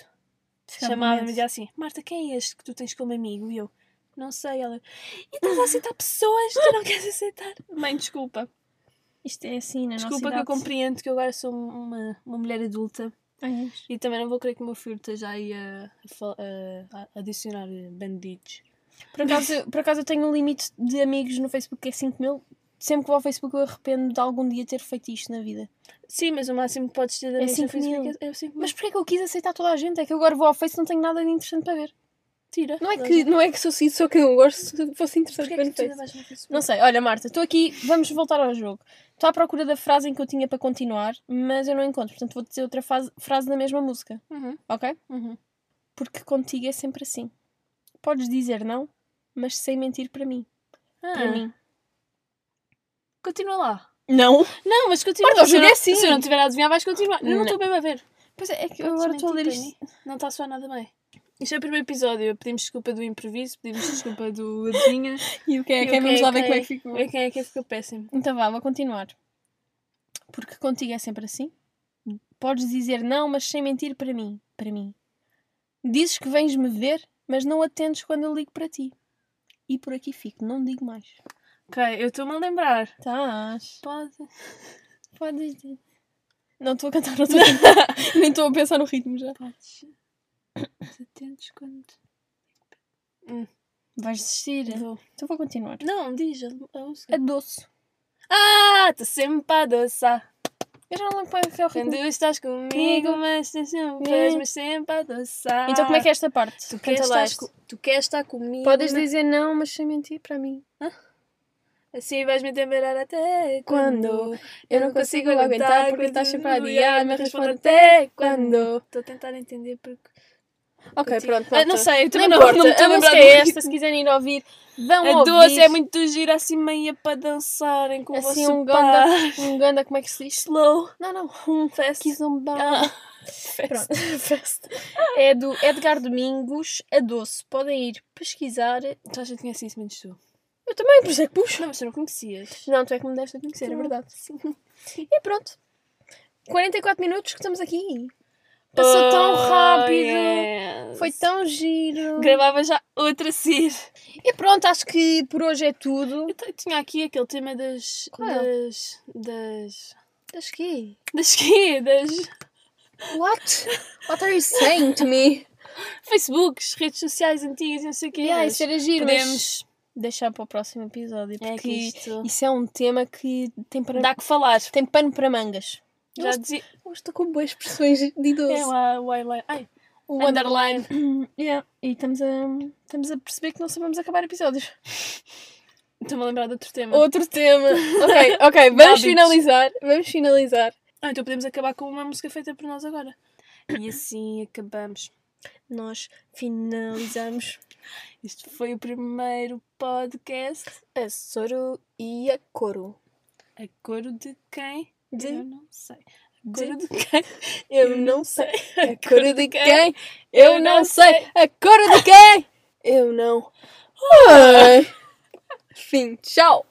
S1: Ficava com
S2: chamava-me e
S1: medo.
S2: dizia assim: Marta, quem é este que tu tens como amigo? E eu, não sei. Ela, e estás a aceitar pessoas? Tu não queres aceitar? Mãe, desculpa.
S1: Isto é assim, na
S2: Desculpa
S1: nossa
S2: que eu
S1: idade.
S2: compreendo que eu agora sou uma, uma mulher adulta.
S1: Ai, és.
S2: E também não vou querer que o meu filho esteja aí a, a fal- a- a adicionar bandidos.
S1: Por acaso, por acaso eu tenho um limite de amigos no Facebook que é 5 mil. Sempre que vou ao Facebook eu arrependo de algum dia ter feito isto na vida.
S2: Sim, mas o máximo que podes ter de
S1: É
S2: amigos no
S1: cinco mil.
S2: Facebook é, é 5 mil.
S1: Mas porquê é que eu quis aceitar toda a gente? É que eu agora vou ao Facebook e não tenho nada de interessante para ver.
S2: tira.
S1: Não é que, não é que sou só que eu gosto se fosse interessante
S2: Porquê
S1: para mim.
S2: é que tu ainda vais no Facebook?
S1: Não sei, olha Marta, estou aqui, vamos voltar ao jogo. Estou à procura da frase em que eu tinha para continuar, mas eu não encontro, portanto vou dizer outra fase- frase da mesma música,
S2: Uhum,
S1: ok?
S2: uhum.
S1: Porque contigo é sempre assim. Podes dizer não, mas sem mentir para mim. Para
S2: Ah,
S1: mim.
S2: Continua lá.
S1: Não?
S2: Não, mas continua.
S1: Marta, o
S2: se eu
S1: jogo
S2: não-
S1: é assim.
S2: Se eu não tiver a adivinhar, vais continuar. Eu
S1: Não.
S2: não estou bem a ver.
S1: Pois é, é que eu agora estou a ler isto.
S2: Não está a soar nada bem. Isto é o primeiro episódio. Pedimos desculpa do improviso, pedimos desculpa do adivinha.
S1: E o que é
S2: E o
S1: que é?
S2: que
S1: Vamos
S2: é
S1: lá
S2: que
S1: ver como é
S2: é?
S1: que ficou.
S2: Vê quem é que ficou péssimo.
S1: Então vá, vou continuar. Porque contigo é sempre assim. Podes dizer não, mas sem mentir para mim. Para mim. Dizes que vens me ver, mas não atendes quando eu ligo para ti. E por aqui fico, não digo mais.
S2: Ok, eu estou-me a lembrar.
S1: Tás.
S2: Pode.
S1: Podes dizer. Não estou a cantar, não estou a cantar. Nem estou a pensar no ritmo já.
S2: Podes. Atentos quando.
S1: Hum. Vais desistir.
S2: Vou.
S1: Então vou continuar. É
S2: Não, diz a, a música.
S1: Adoço.
S2: Ah, estou sempre a dançar.
S1: Eu já não lembro qual é que é o ritmo.
S2: Quando estás comigo, mas tens sempre faz-me sempre a dançar.
S1: Uhum. É. Então como é que é esta parte?
S2: Tu queres,
S1: Canta lá
S2: estar,
S1: este.
S2: co- tu queres estar comigo?
S1: Podes
S2: mas-
S1: dizer não, mas sem mentir para mim.
S2: Assim vais-me temperar até
S1: Quando
S2: quando
S1: eu não consigo aguentar porque estás sempre a adiar, me responde
S2: até
S1: quando.
S2: Estou a tentar entender porque.
S1: Ok,
S2: Contigo.
S1: pronto.
S2: Ah, não
S1: malta.
S2: sei, eu também
S1: não
S2: não, não me
S1: importa.
S2: estou
S1: A
S2: a lembrar
S1: música
S2: do
S1: é esta,
S2: ritmo.
S1: se quiserem ir ouvir, vão
S2: A
S1: ouvir.
S2: doce é muito gira, assim meia para dançarem com
S1: assim,
S2: o vosso
S1: um
S2: par.
S1: ganda, um ganda, como é que se diz?
S2: Slow.
S1: Não, não, um
S2: Fast.
S1: kizomba.
S2: Ah,
S1: Pronto, festa. É do Edgar Domingos, a doce. Podem ir pesquisar. Eu
S2: Já já conheci isso menos tu.
S1: também, por isso é que puxo.
S2: Não, mas tu não conhecias.
S1: Não, tu é que me deste a conhecer, é
S2: Não.
S1: verdade.
S2: Sim.
S1: E pronto. 44 minutos que estamos aqui. Passou
S2: Oh,
S1: tão rápido.
S2: é.
S1: Foi tão giro.
S2: Gravava já outra Cir.
S1: E pronto, acho que por hoje é tudo.
S2: Eu te- tinha aqui aquele tema das.
S1: Qual é?
S2: Das. Das.
S1: Acho que. é.
S2: Das quê? Das.
S1: What? What are you saying to me?
S2: Facebooks, redes sociais antigas, não sei o quê.
S1: Yeah,
S2: mas
S1: isso era giro, mas
S2: Podemos.
S1: deixar para o próximo episódio,
S2: É
S1: porque
S2: que isto.
S1: isso é um tema que tem, para...
S2: Dá que falar.
S1: tem pano para mangas.
S2: Já dizia.
S1: Hoje estou com boas expressões de idoso.
S2: É lá o highlight. Ai,
S1: o
S2: o underline.
S1: Um Yeah. E estamos a, estamos a perceber que não sabemos acabar episódios.
S2: Estou-me a lembrar de outro tema.
S1: Outro tema. ok, ok, vamos
S2: Hábitos.
S1: finalizar. Vamos finalizar.
S2: Ah, então podemos acabar com uma música feita por nós agora. E assim acabamos.
S1: Nós finalizamos
S2: Este foi o primeiro podcast.
S1: a É Soro e a Coro.
S2: A coro de quem? Eu
S1: De
S2: não sei. A coro de quem?
S1: eu não sei. A
S2: A
S1: coro de quem? Eu não sei. A coro de quem? Eu não. Ai. Fim. Tchau.